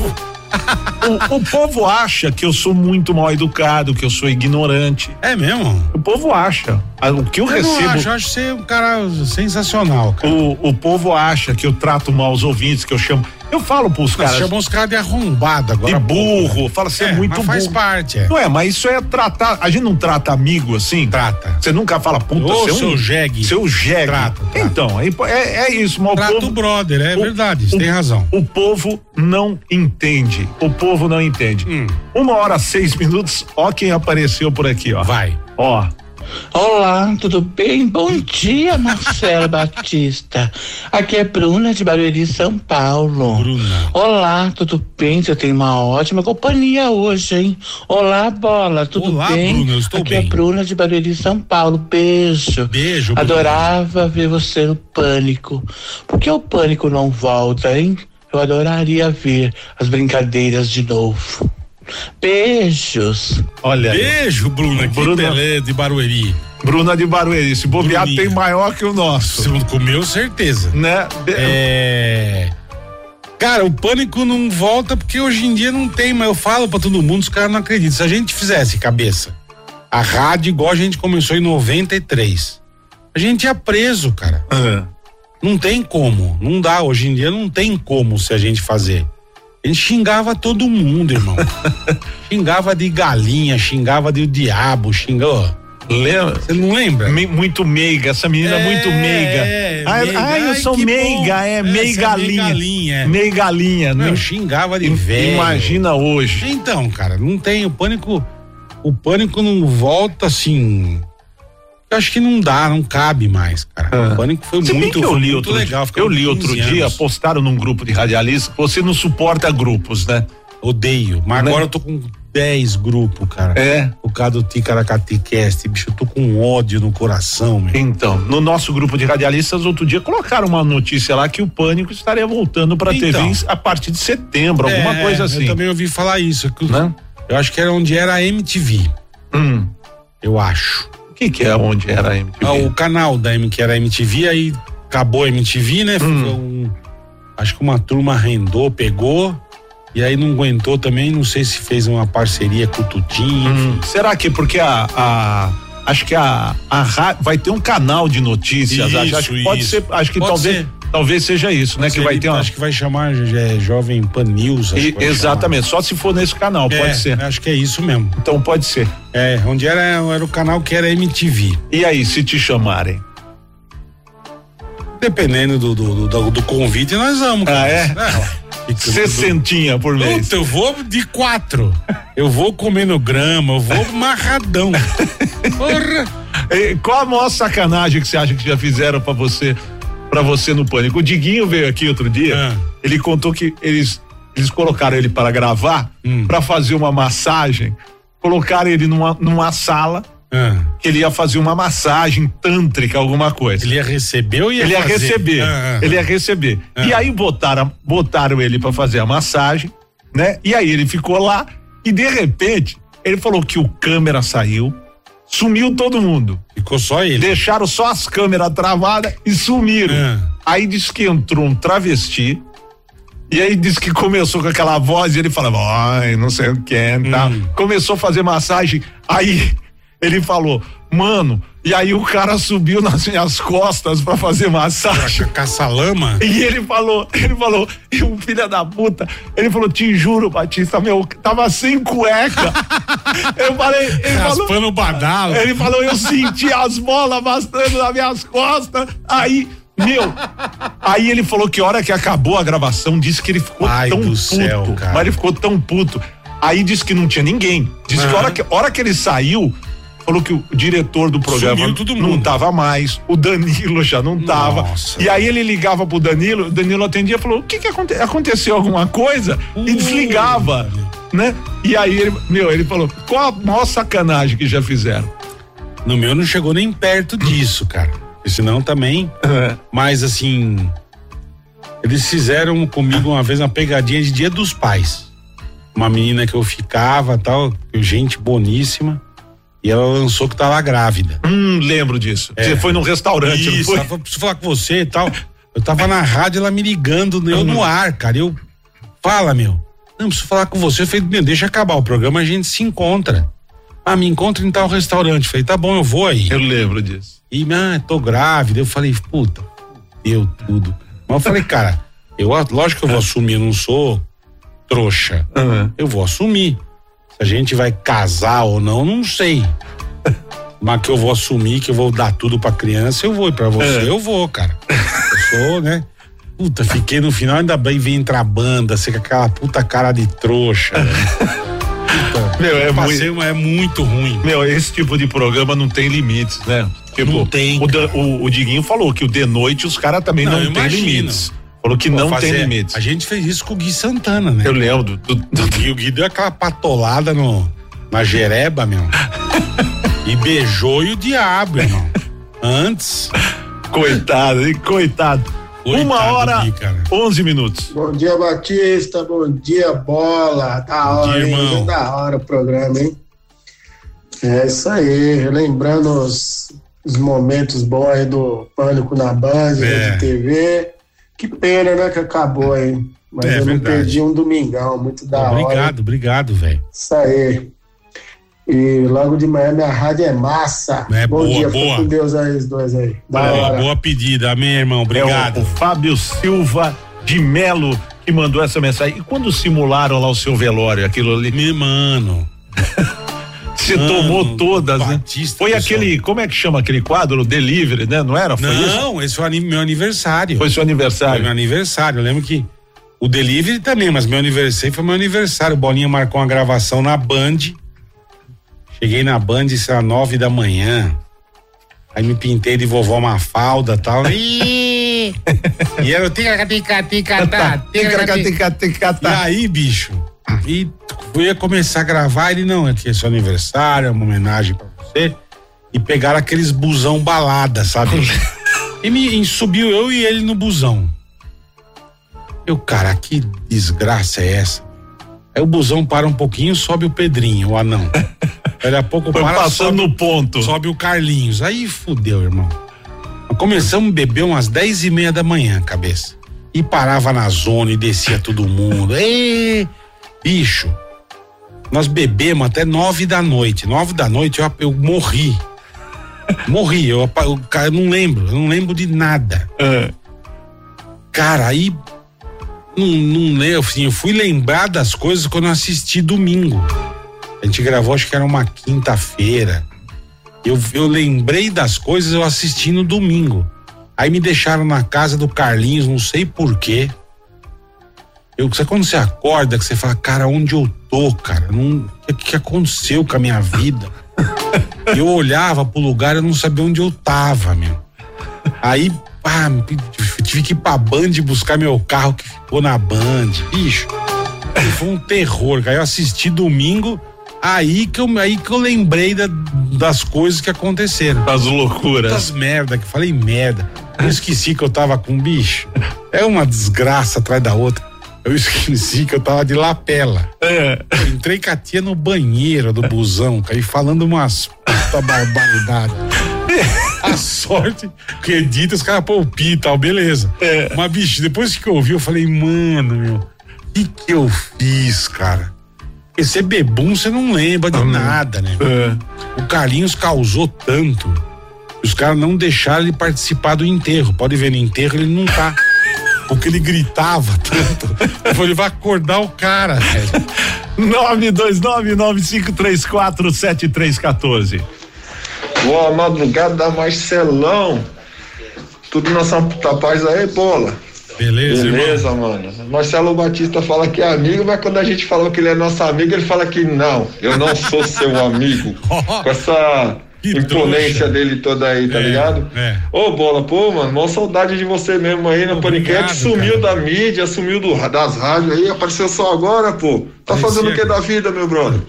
O, o povo acha que eu sou muito mal educado, que eu sou ignorante. É mesmo? O povo acha. Ah, O que eu, Eu não recebo. acho, eu acho você um cara sensacional, cara. O, o povo acha que eu trato mal os ouvintes, que eu chamo. Eu falo pros Mas caras chamou os caras de arrombado agora. de há pouco, burro, né? fala você é, É, muito mas faz burro. parte, é. Não é, mas isso é tratar. A gente não trata amigo assim? Trata. Você nunca fala, puta, Ô, você é um. seu jegue. Seu jegue. Trata, trata. Então, aí, pô, é, é isso, mas o Trata povo- o brother, é o- verdade, você o- tem razão. O povo não entende. O povo não entende. Hum. Uma hora, seis minutos, ó quem apareceu por aqui, ó. Vai. Ó. Olá, tudo bem? Bom dia, Marcelo Batista. Aqui é Bruna de Barueri, São Paulo. Bruna. Olá, tudo bem? Eu tenho uma ótima companhia hoje, hein? Olá, Bola, tudo Olá, bem? Bruna, eu estou Aqui bem. é Bruna de Barueri, São Paulo. Beijo. Beijo, Bruna. Adorava ver você no pânico. Por que o pânico não volta, hein? Eu adoraria ver as brincadeiras de novo. Beijos. Olha aí. Beijo, Bruna. Que Bruna. beleza de Barueri. Bruna de Barueri. Esse bobear Bruninha. tem maior que o nosso. Segundo comeu, certeza. Né? Be- É. Cara, o pânico não volta porque hoje em dia não tem, mas eu falo pra todo mundo, os caras não acreditam. Se a gente fizesse cabeça, a rádio igual a gente começou em 93, a gente ia preso, cara. Ah. Não tem como, não dá. Hoje em dia não tem como se a gente fazer. A gente xingava todo mundo, irmão. xingava de galinha, xingava de diabo, xingou. Lembra? Você não lembra? Me- muito meiga, essa menina é muito meiga. é, ai, meiga. ai, eu Ai, sou que meiga, bom. é, É, meigalinha. você é meigalinha, é. Meigalinha, Não, né? eu xingava de velho. Imagina hoje. Então, cara, não tem. O pânico. O pânico não volta assim. Eu acho que não dá, não cabe mais, cara. Ah. O pânico foi Se bem muito, que eu foi li muito outro legal. dia, eu ficaram li outro 15 dia, anos. postaram num grupo de radialistas que você não suporta grupos, né? Odeio. Mas Né? agora eu tô com 10 grupos, cara. É. O cara do Ticaracati Cast, bicho, eu tô com ódio no coração, meu. Então, no nosso grupo de radialistas, outro dia colocaram uma notícia lá que o pânico estaria voltando pra Então. TV a partir de setembro, alguma É, coisa Eu assim. também ouvi falar isso. que eu- Né? Eu acho que era onde era a MTV, Hum. eu acho. O que, que é onde era a MTV? Ah, o canal da M, que era a MTV, aí acabou a MTV, Hum. né? Foi um- acho que uma turma arrendou, pegou, e aí não aguentou também, não sei se fez uma parceria com o Tutinho. enfim. Hum. Será que é porque a, a- acho que a, a ra- vai ter um canal de notícias, Isso, acho, acho que pode isso. ser, acho que Pode talvez, ser. talvez seja isso, né, que Ele vai ter uma Acho que vai chamar é, Jovem Pan News. acho E- que vai exatamente, só se for nesse canal, chamar. É, pode ser. Acho que é isso mesmo. Então pode ser. É, onde era, era o canal que era MTV. E aí, se te chamarem? Dependendo do, do, do, do convite, nós vamos. cara. Ah, é? Fica- Sessentinha por mês. Puta, eu vou de quatro. Eu vou comendo grama, eu vou marradão. Porra! E qual a maior sacanagem que você acha que já fizeram pra você, para você no pânico? O Diguinho veio aqui outro dia. Ah. Ele contou que eles eles colocaram ele para gravar, Hum. pra fazer uma massagem. Colocaram ele numa, numa sala Ah, que ele ia fazer uma massagem tântrica, alguma coisa. ele ia receber ou ia Ele ia fazer? receber. Ah, ah. Ele ia receber. E aí botaram, botaram ele pra fazer a massagem, né? E aí ele ficou lá e de repente ele falou que o câmera saiu, sumiu todo mundo. Ficou só ele. Deixaram só as câmeras travadas e sumiram. Ah. Aí disse que entrou um travesti. E aí disse que começou com aquela voz e ele falava, ai, não sei o que, é", tá? Hum. Começou a fazer massagem. Aí ele falou, mano, e aí o cara subiu nas minhas costas pra fazer massagem. Ca- Caça-lama? E ele falou, ele falou, e o filho da puta, ele falou, te juro, Batista, meu, tava sem cueca. Eu falei, ele falou, Raspando o badalo. ele falou, eu senti as bolas bastando nas minhas costas. Aí, meu. Aí ele falou que a hora que acabou a gravação, disse que ele ficou Pai tão do puto. céu, cara. Mas ele ficou tão puto. Aí disse que não tinha ninguém. Disse que a hora que, a hora que ele saiu. Falou que o diretor do programa Sumiu todo não mundo. tava mais, o Danilo já não tava. Nossa. E aí ele ligava pro Danilo, o Danilo atendia e falou: o que, que aconte- aconteceu? Alguma coisa? E Ui. desligava, né? E aí ele, meu, ele falou: qual a maior sacanagem que já fizeram? No meu não chegou nem perto disso, cara. Porque Senão também. Mas assim. Eles fizeram comigo uma vez uma pegadinha de Dia dos Pais. Uma menina que eu ficava tal, gente boníssima. E ela lançou que tava grávida. É. Hum, lembro disso. Você foi num restaurante, não Isso, foi? ela falou, preciso falar com você e tal. Eu tava na rádio, ela me ligando, Uhum. eu no ar, cara. Eu, fala, meu. Não, preciso falar com você. Eu falei, meu, deixa acabar o programa, a gente se encontra. Ah, me encontra em tal restaurante. Falei, tá bom, eu vou aí. Eu lembro disso. E, ah, tô grávida. Eu falei, puta, deu tudo. Mas eu falei, cara, eu, lógico É. que eu vou assumir, eu não sou trouxa. Eu vou assumir. Se a gente vai casar ou não, não sei. Mas que eu vou assumir, que eu vou dar tudo pra criança, eu vou. E pra você, "É, eu vou, cara. Eu sou, né? Puta, fiquei no final, ainda bem, vem entrar a banda, você com aquela puta cara de trouxa. né? Meu, é Passei uma, é muito ruim. Meu, esse tipo de programa não tem limites, né? Tipo, Não tem, O, Dan- o, o Diguinho falou que o de noite os caras também Não, não, eu tem imagino. limites. Falou que Pô, não fazer- tem limites. A gente fez isso com o Gui Santana, né? Eu lembro. do- do- O Gui, o Gui deu aquela patolada no, na jereba, meu. e beijou e o diabo, irmão. Antes. coitado, hein? coitado. Coitado Uma do hora, Gui, cara. 11 minutos. Bom dia, Batista. Bom dia, bola. Da Bom hora, dia, hein? irmão. Hoje é Da hora o programa, hein? É isso aí. Relembrando os, os momentos bons aí do Pânico na Band, né, É. Rede TV. Que pena, né, que acabou, hein? Mas É eu não verdade. perdi um domingão, muito da hora. obrigado, obrigado, velho. Isso aí. E logo de manhã minha rádio é massa. É, Bom boa, dia, boa. fica com Deus aí, os dois aí. Da Boa, hora. boa pedida, amém, É irmão. o, o Obrigado. Fábio Silva de Melo que mandou essa mensagem. E quando simularam lá o seu velório, aquilo ali, Me mano. se Mano, tomou todas, né? Batista, Foi pessoal. aquele, como é que chama aquele quadro? Delivery, né? Não era? Foi isso? Não, esse foi ani- meu aniversário. Foi seu Foi aniversário. meu aniversário. Eu lembro que o delivery também, mas meu aniversário foi meu aniversário. O Bolinha marcou uma gravação na Band. Cheguei na Band, isso era nove da manhã. Aí me pintei de vovó Mafalda e tal. né? Ih! e era o Tá, tica-tica-tica-tá. tica-tica-tica. E aí, bicho, e eu ia começar a gravar, ele não, é que é seu aniversário, é uma homenagem pra você. E pegaram aqueles busão balada, sabe? e me e subiu eu e ele no busão. Eu, cara, que desgraça é essa? Aí o busão para um pouquinho, sobe o Pedrinho, o anão. Daqui a pouco Foi para, passando sobe no ponto. Sobe o Carlinhos. Aí fudeu, irmão. Nós Começamos a beber umas 10 e meia da manhã, cabeça. E parava na zona e descia todo mundo. Ê, bicho. Nós bebemos até 9 da noite. 9 da noite eu, eu morri. Morri. Eu, apa- eu, ca- eu não lembro. Eu não lembro de nada. Ah, Cara, aí. Não, não lembro. Assim, eu fui lembrar das coisas quando eu assisti domingo. A gente gravou, acho que era uma quinta-feira. Eu, eu lembrei das coisas eu assisti no domingo. Aí me deixaram na casa do Carlinhos, não sei porquê. Eu, sabe quando você acorda, que você fala, cara, onde eu tô, cara? Não- O que, que aconteceu com a minha vida? eu olhava pro lugar, eu não sabia onde eu tava, meu. Aí, pá, tive que ir pra Band buscar meu carro que ficou na Band. Bicho, foi um terror, cara. Eu assisti domingo, aí que eu, aí que eu lembrei da- das coisas que aconteceram. das loucuras. Putas merda, que eu falei merda. Eu esqueci que eu tava com um bicho. É uma desgraça atrás da outra. Eu esqueci que eu tava de lapela. É. Eu Entrei com a tia no banheiro do busão, cara, e falando umas puta barbaridade. A sorte que edita, os caras palpitam e tal, beleza. É. Mas, bicho, depois que eu ouvi, eu falei, mano, meu, o que que eu fiz, cara? Porque ser bebum, você não lembra de nada, né? É. O Carlinhos causou tanto. que Os caras não deixaram ele participar do enterro. Pode ver, no enterro ele não tá. Porque ele gritava tanto. Eu falei, vai acordar o cara, velho. 92995347314. Boa madrugada, Marcelão. Tudo na Santa Paz aí, bola. Beleza, irmão? Beleza, mano. Marcelo Batista fala que é amigo, mas quando a gente fala que ele é nosso amigo, ele fala que não, eu não sou seu amigo. Com essa Que trouxa. imponência dele toda aí, tá É, ligado? é. Ô, bola, pô, mano, mó saudade de você mesmo aí no Obrigado, Panicast. Sumiu cara. da mídia, sumiu do, das rádios aí, apareceu só agora, pô. Tá Apareceu fazendo o que agora. da vida, meu brother?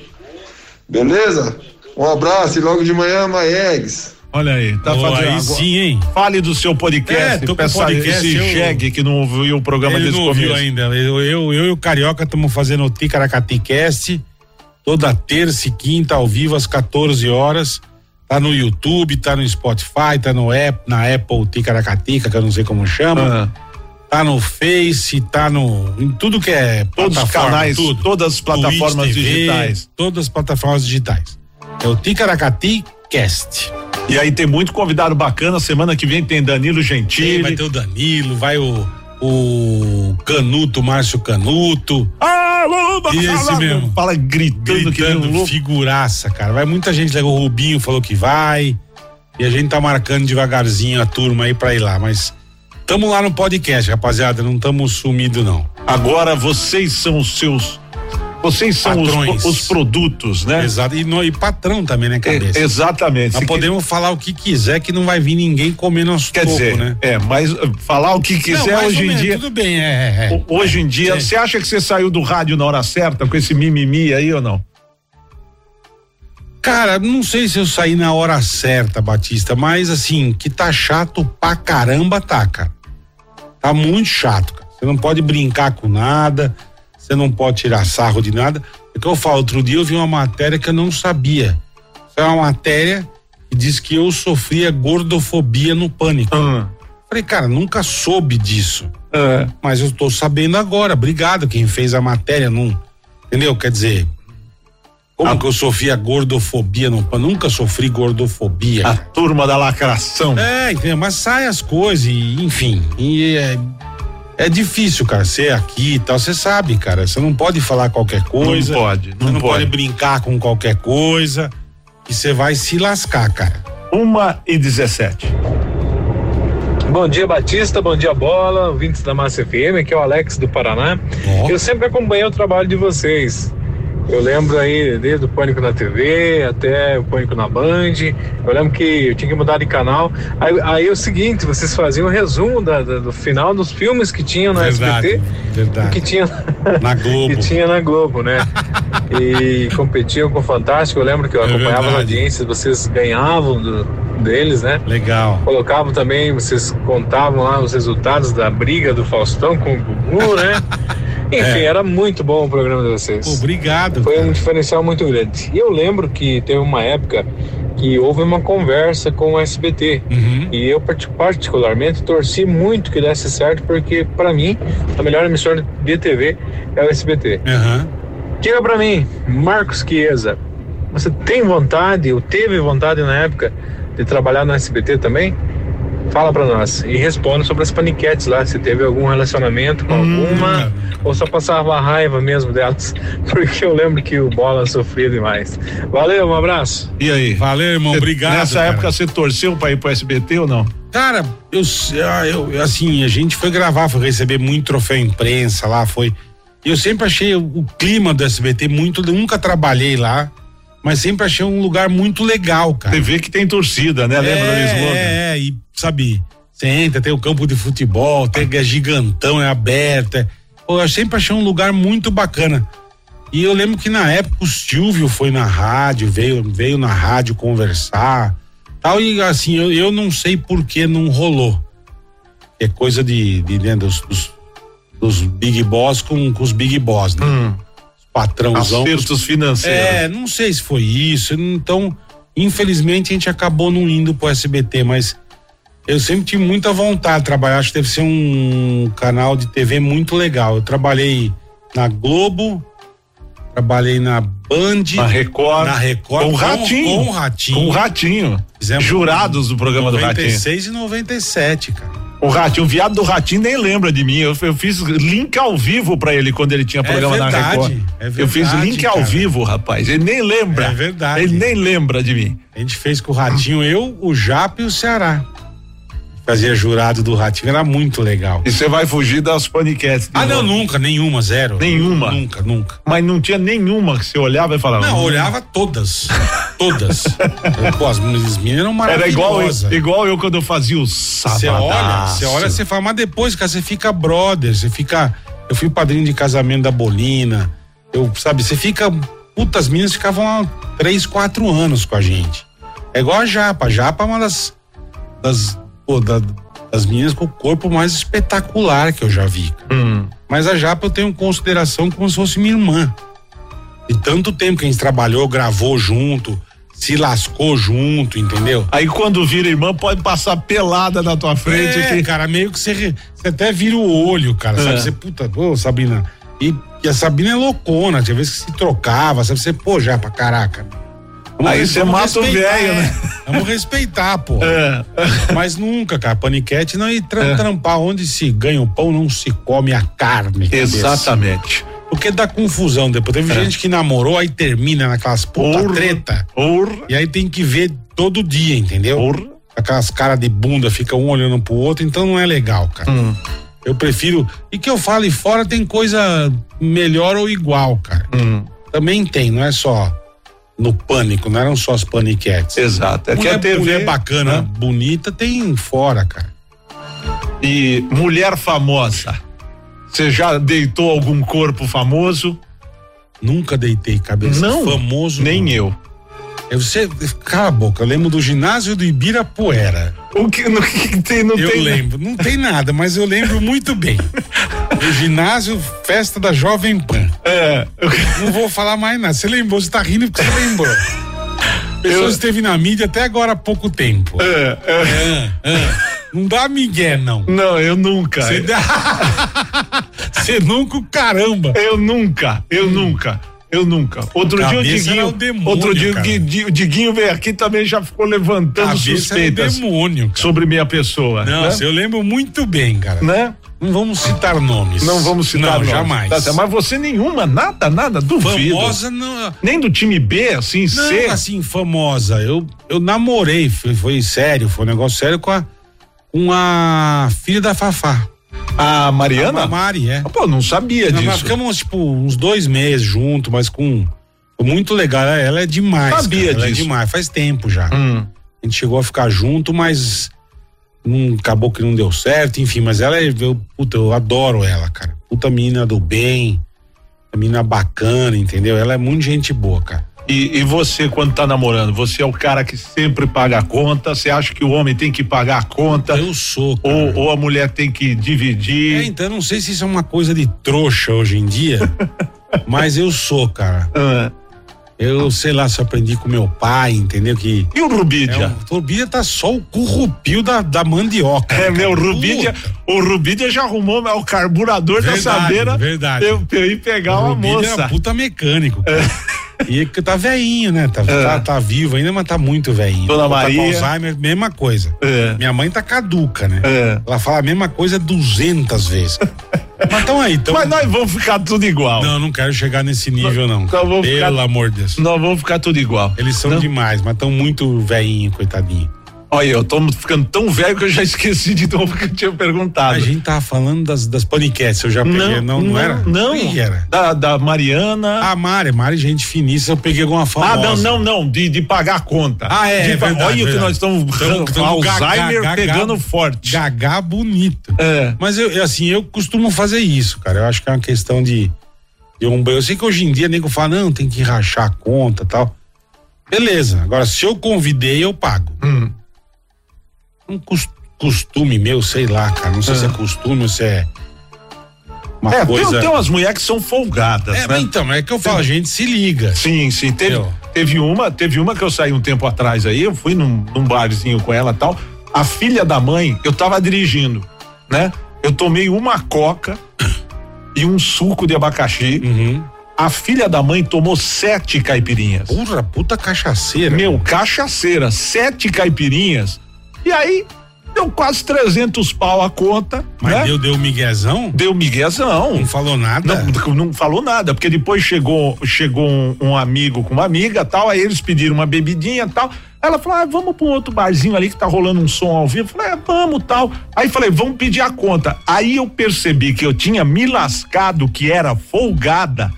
Beleza? Um abraço e logo de manhã, Maiegues. Olha aí, tá Pô, fazendo aí agora. sim, hein? Fale do seu podcast, É, tô com peça podcast, esse eu- jegue que não ouviu o programa Ele desde não o ouviu começo. ainda. Eu, eu, eu e o Carioca estamos fazendo o Ticaracaticast toda terça e quinta ao vivo às 14 horas. Tá no YouTube, tá no Spotify, tá no app, na Apple Ticaracatica, que eu não sei como chama. Ah, Tá no Face, tá no em tudo que é todos os plataforma, canais, tudo. todas as plataformas Twitch TV, digitais. Todas as plataformas digitais. É o Ticaracati Cast. E aí tem muito convidado bacana. Semana que vem tem Danilo Gentili. vai ter o Danilo, vai o, o Canuto, Márcio Canuto. Alô, E esse fala- mesmo. Fala gritando, que nem um Gritando, louco. figuraça, cara. Vai muita gente. legal. O Rubinho falou que vai. E a gente tá marcando devagarzinho a turma aí pra ir lá. Mas tamo lá no podcast, rapaziada. Não tamo sumido, não. Agora vocês são os seus. Vocês são os, Patrões. os produtos, né? Exato. E, no- e patrão também, né, cabeça? É, exatamente. Nós Se podemos falar o que quiser, que não vai vir ninguém comer nosso Quer toco, dizer, né? é, mas uh, falar o que quiser Não, mais hoje ou em menos, dia. Tudo bem, é. é, é. o- Hoje em dia, Sim. você acha que você saiu do rádio na hora certa com esse mimimi aí ou não? Cara, não sei se eu saí na hora certa, Batista, mas assim, que tá chato pra caramba, tá, cara. Tá muito chato, cara. Você não pode brincar com nada, você não pode tirar sarro de nada. É o que eu falo, outro dia eu vi uma matéria que eu não sabia. Isso é uma matéria que diz que eu sofria gordofobia no pânico. Ah. Falei, cara, nunca soube disso. É. Mas eu tô sabendo agora. Obrigado quem fez a matéria, não. Entendeu? Quer dizer, como Ah. que eu sofri a gordofobia? Não, nunca sofri gordofobia. A turma da lacração. É, entendeu? mas sai as coisas, e, enfim. E é, é difícil, cara, ser aqui e tal. Você sabe, cara, você não pode falar qualquer coisa. não pode, Você não, não pode. pode brincar com qualquer coisa. E você vai se lascar, cara. Uma e 17. Bom dia, Batista. Bom dia, Bola. Ouvintes da Massa FM. Aqui é o Alex do Paraná. Ó. Eu sempre acompanhei o trabalho de vocês. Eu lembro aí desde o Pânico na TV até o Pânico na Band. Eu lembro que eu tinha que mudar de canal. Aí, aí é o seguinte: vocês faziam o resumo da- da- do final dos filmes que tinham na verdade, SBT e que verdade. tinha Tá. Na Globo. que tinha na Globo, né? E competiam com o Fantástico. Eu lembro que eu É acompanhava as verdade. audiências, vocês ganhavam do- deles, né? Legal. Colocavam também, vocês contavam lá os resultados da briga do Faustão com o Gugu, né? Enfim, É. era muito bom o programa de vocês. Obrigado. Foi um diferencial muito grande. E eu lembro que teve uma época que houve uma conversa com o SBT. Uhum. E eu parti- particularmente torci muito que desse certo, porque para mim a melhor emissora de TV é o SBT. Aham. Diga pra mim, Marcos Chiesa, você tem vontade, ou teve vontade na época, de trabalhar no SBT também? Fala pra nós. E responda sobre as paniquetes lá, se teve algum relacionamento com Hum. alguma, ou só passava a raiva mesmo delas, porque eu lembro que o Bola sofria demais. Valeu, um abraço. E aí? Valeu, irmão. Cê- Obrigado. Nessa cara. época você torceu pra ir pro SBT ou não? Cara, eu, ah, eu- assim, a gente foi gravar, foi receber muito troféu imprensa lá, foi. E Eu sempre achei o, o clima do SBT muito, nunca trabalhei lá, mas sempre achei um lugar muito legal, cara. Você vê que tem torcida, né? Lembra do slogan? É, é, e sabe, você entra, tem o campo de futebol, tem, é gigantão, é aberto. é- pô, eu sempre achei um lugar muito bacana. E eu lembro que na época o Silvio foi na rádio, veio, veio na rádio conversar, tal, e assim, eu, eu não sei por que não rolou. É coisa de, de né, dos, dos, dos big boss com, com os big boss, né? Os patrãozão. com os Hum. Acertos financeiros. é, não sei se foi isso. Então, infelizmente, a gente acabou não indo pro SBT, mas eu sempre tive muita vontade de trabalhar. Acho que deve ser um canal de TV muito legal. Eu trabalhei na Globo, trabalhei na Band, Na Record. na Record, Com o Ratinho. Com o Ratinho. Com o Ratinho. Fizemos Jurados do programa do Ratinho. 96 e 97, cara. O Ratinho, o viado do Ratinho nem lembra de mim. Eu, eu fiz link ao vivo pra ele quando ele tinha programa na verdade, Record. é eu fiz verdade, link ao cara. vivo, rapaz. Ele nem lembra. É verdade. Ele nem lembra de mim. A gente fez com o Ratinho, eu, o Japa e o Ceará. Fazia jurado do Ratinho, era muito legal. E você vai fugir das paniquetes. de Ah, não, novo. nunca, nenhuma, zero. Nenhuma? Nunca, nunca. Mas não tinha nenhuma que você olhava e falava. Não, eu "Hum". olhava todas. Todas. Pô, as meninas eram um Era igual, maravilhosas. igual eu quando eu fazia o sábado. Você olha, você olha, você fala, mas depois, cara, você fica brother, você fica. Eu fui padrinho de casamento da Bolina. Eu, sabe, você fica. Puta, as meninas ficavam lá três, quatro anos com a gente. É igual a Japa. A Japa é uma das. das, pô, da- das meninas com o corpo mais espetacular que eu já vi. cara. Hum, Mas a Japa eu tenho consideração como se fosse minha irmã. E tanto tempo que a gente trabalhou, gravou junto, se lascou junto, entendeu? Aí quando vira irmã, pode passar pelada na tua frente. É, que- cara, meio que você, re- você até vira o olho, cara, É. sabe? Você, puta, ô, Sabina. E, e a Sabina é loucona, tinha vezes que se trocava, sabe? Você, pô, já pra caraca. Aí você vamos mata o respeitar, velho, é. né? Vamos respeitar, pô. Mas nunca, cara, paniquete não e tra- trampar onde se ganha o pão, não se come a carne. cabeça. Exatamente. Porque dá confusão depois. Teve gente que namorou, aí termina naquelas puta treta. E aí tem que ver todo dia, entendeu? Aquelas caras de bunda, fica um olhando pro outro, então não é legal, cara. Mm. Eu prefiro. E que eu fale fora tem coisa melhor ou igual, cara. Uhum. Também tem, não é só no pânico, não eram só as paniquetes. Exato. É que mulher, a TV mulher bacana, bonita, tem fora, cara. E mulher famosa. Você já deitou algum corpo famoso? Nunca deitei cabeça. Não. Famoso. Nem eu. Eu, você, cala a boca, eu lembro do ginásio do Ibirapuera. O que, no que tem, não eu tem- lembro, não tem nada, mas eu lembro muito bem. O ginásio, festa da Jovem Pan. É. Não vou falar mais nada. Você lembrou, você tá rindo porque você lembrou. Pessoa esteve na mídia até agora há pouco tempo. É, é. Não dá migué, não. Não, eu nunca. Você dá- Você nunca, o caramba. Hum. Eu nunca, eu nunca, eu nunca. Outro dia o Cabeça Diguinho, era o demônio, outro dia o cara. Gui- o Diguinho veio aqui também já ficou levantando Cabeça era o suspeitas demônio, sobre minha pessoa. Não, né? eu lembro muito bem, cara. Né? Não vamos citar nomes. Não vamos citar Não, nomes. jamais. Tá certo, mas você nenhuma, nada, nada, duvido. Famosa não. Nem do time B, assim, Não, C. assim, famosa. Eu, eu namorei, foi, foi sério, foi um negócio sério com a, com a filha da Fafá. A Mariana? Ah, A Mari, é. Pô, não sabia Nós disso. ficamos, tipo, uns dois meses juntos, mas com. Foi muito legal. Ela- Ela é demais. Sabia cara, Ela é disso. demais, faz tempo já. Hum. A gente chegou a ficar junto, mas não, acabou que não deu certo, enfim, mas ela é. Eu, puta, eu adoro ela, cara. Puta menina do bem, a menina bacana, entendeu? Ela é muito gente boa, cara. E, e você, quando tá namorando, você é o cara que sempre paga a conta? Você acha que o homem tem que pagar a conta? Eu sou, cara. Ou, ou a mulher tem que dividir? É, então eu não sei se isso é uma coisa de trouxa hoje em dia, mas eu sou, cara. Ah. Eu sei lá se eu aprendi com meu pai, entendeu? Que. E o É, Rubídia? o Rubídia tá só o currupio da, da mandioca. É, cara. meu, o Rubídia, Puta, o Rubídia já arrumou é o carburador Verdade, da sadeira verdade. pra eu, pra eu ir pegar o uma Rubídia é moça. puta mecânico. Cara. E que tá veinho, né? Tá, tá, tá vivo ainda, mas tá muito veinho. É. Dona Tá com Maria. Alzheimer, mesma coisa. É. Minha mãe tá caduca, né? É. Ela fala a mesma coisa 200 vezes. mas tão aí, tão... Mas nós vamos ficar tudo igual. Não, não quero chegar nesse nível, não. Então eu vou Pelo ficar- amor de Deus. Nós vamos ficar tudo igual. Eles são Não. demais, mas estão muito veinho, coitadinho. Olha, eu tô ficando tão velho que eu já esqueci de novo que eu tinha perguntado. A gente tava falando das, das paniquetes, eu já peguei. Não, não, era? Não. Quem era? Da, da Mariana. A Mari, Mari, gente finíssima, eu peguei alguma Ah, famosa. não, não, não, de, de pagar a conta. Ah, é, De é pa- verdade, Olha o que verdade. Então, nós estamos. Tamo- tamo Alzheimer gaga, gaga. pegando forte. Gagá bonito. É. Mas eu, eu, assim, eu costumo fazer isso, cara. Eu acho que é uma questão de. de um, eu sei que hoje em dia nego fala, não, tem que rachar a conta e tal. Beleza. Agora, se eu convidei, eu pago. Hum. Um cus- costume meu, sei lá, cara. Não sei se é costume ou se é. Uma É, tem, coisa. tem umas mulheres que são folgadas, É, né? mas então, é que eu falo, a gente se liga. Sim, sim. Teve, Entendeu? teve uma, teve uma que eu saí um tempo atrás aí, eu fui num, num barzinho com ela e tal. A filha da mãe, eu tava dirigindo, né? Eu tomei uma coca e um suco de abacaxi. Uhum. A filha da mãe tomou sete caipirinhas. Porra, puta cachaceira. Meu, cachaceira, sete caipirinhas. E aí, deu quase 300 pau a conta, Mas né? deu, deu um miguezão? Deu um miguezão. Não falou nada? Não, não falou nada, porque depois chegou, chegou um, um amigo com uma amiga tal, aí eles pediram uma bebidinha tal. Ela falou: ah, vamos pra um outro barzinho ali que tá rolando um som ao vivo. Eu falei, é, vamos tal. Aí falei, vamos pedir a conta. Aí eu percebi que eu tinha me lascado, que era folgada,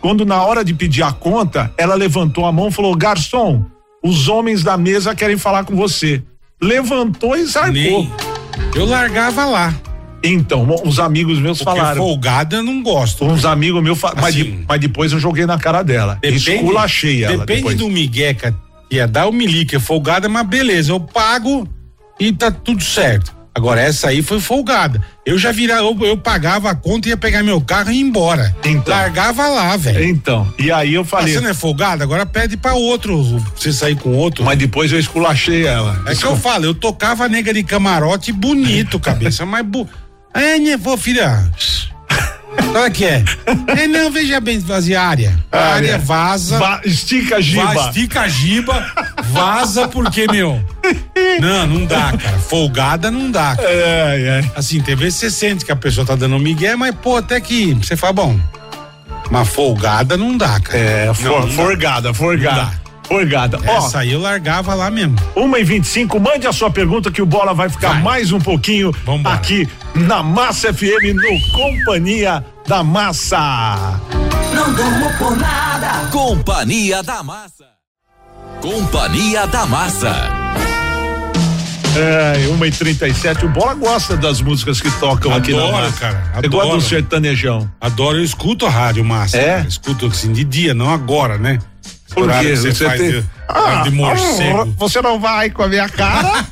quando na hora de pedir a conta, ela levantou a mão e falou: Garçom, os homens da mesa querem falar com você. Levantou e zarpou. Nem. Eu largava lá. Então, os amigos meus Porque falaram. folgada eu não gosto. Uns amigos meus falaram. mas, Assim. de- mas depois eu joguei na cara dela. Esculachei ela. Depende depois. do migué que ia dar o milique, é folgada, mas beleza, eu pago e tá tudo certo. Agora, essa aí foi folgada. Eu já virava, eu, eu pagava a conta, ia pegar meu carro e ir embora. Então. Largava lá, velho. Então, e aí eu Ah, falei. você não é folgada? Agora pede pra outro, você sair com outro. Mas depois eu esculachei ela. É que eu falo, eu tocava a É, nega de camarote bonito, cabeça, mas. Bu... É, né, vou, filha. Como é que é? é não, veja bem, vazia área. A área vaza. Va- é estica a giba. Va- estica a giba, vaza porque, meu. Não, não dá, cara. Folgada não dá. Cara. É, Assim, tem vezes que você sente que a pessoa tá dando um migué, mas, pô, até que você fala, bom. Uma folgada não dá, cara. É, for- forgada, forgada. Forgada. Ó. Essa aí eu largava lá mesmo. 1 e 25 mande a sua pergunta que o Bola vai ficar mais um pouquinho aqui na Massa FM, no Companhia da Massa. Não durmo por nada. Companhia da Massa. Companhia da Massa. É, 1 e 37 o Bola gosta das músicas é que tocam aqui na Adoro, Massa. cara, Você gosta adoro. do sertanejão. Adoro, eu escuto a rádio massa. É? cara. Escuto assim de dia, não agora, né? Esse Por horário quê? que Você, Você faz tem- Ah! de, horário de morcego. Você não vai com a minha cara?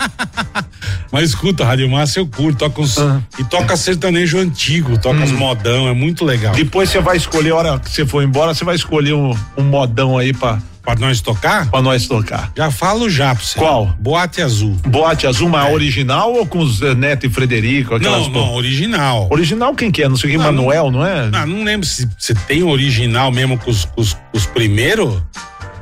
Mas escuta, a Rádio Massa eu curto, toca uns, Ah. e toca sertanejo antigo, toca os modão, é muito legal. Depois você vai escolher, a Hum. hora que você for embora, você vai escolher um, um modão aí pra. Pra nós tocar? Pra nós tocar. Já falo já pra você. Qual? Boate Azul. É. Boate Azul, mas original ou com os eh, Neto e Frederico? aquelas Não, po- não, original. Original quem que é? Não sei quem, Manuel, não é? Ah, não lembro se, se tem original mesmo com os, com os, com os primeiros.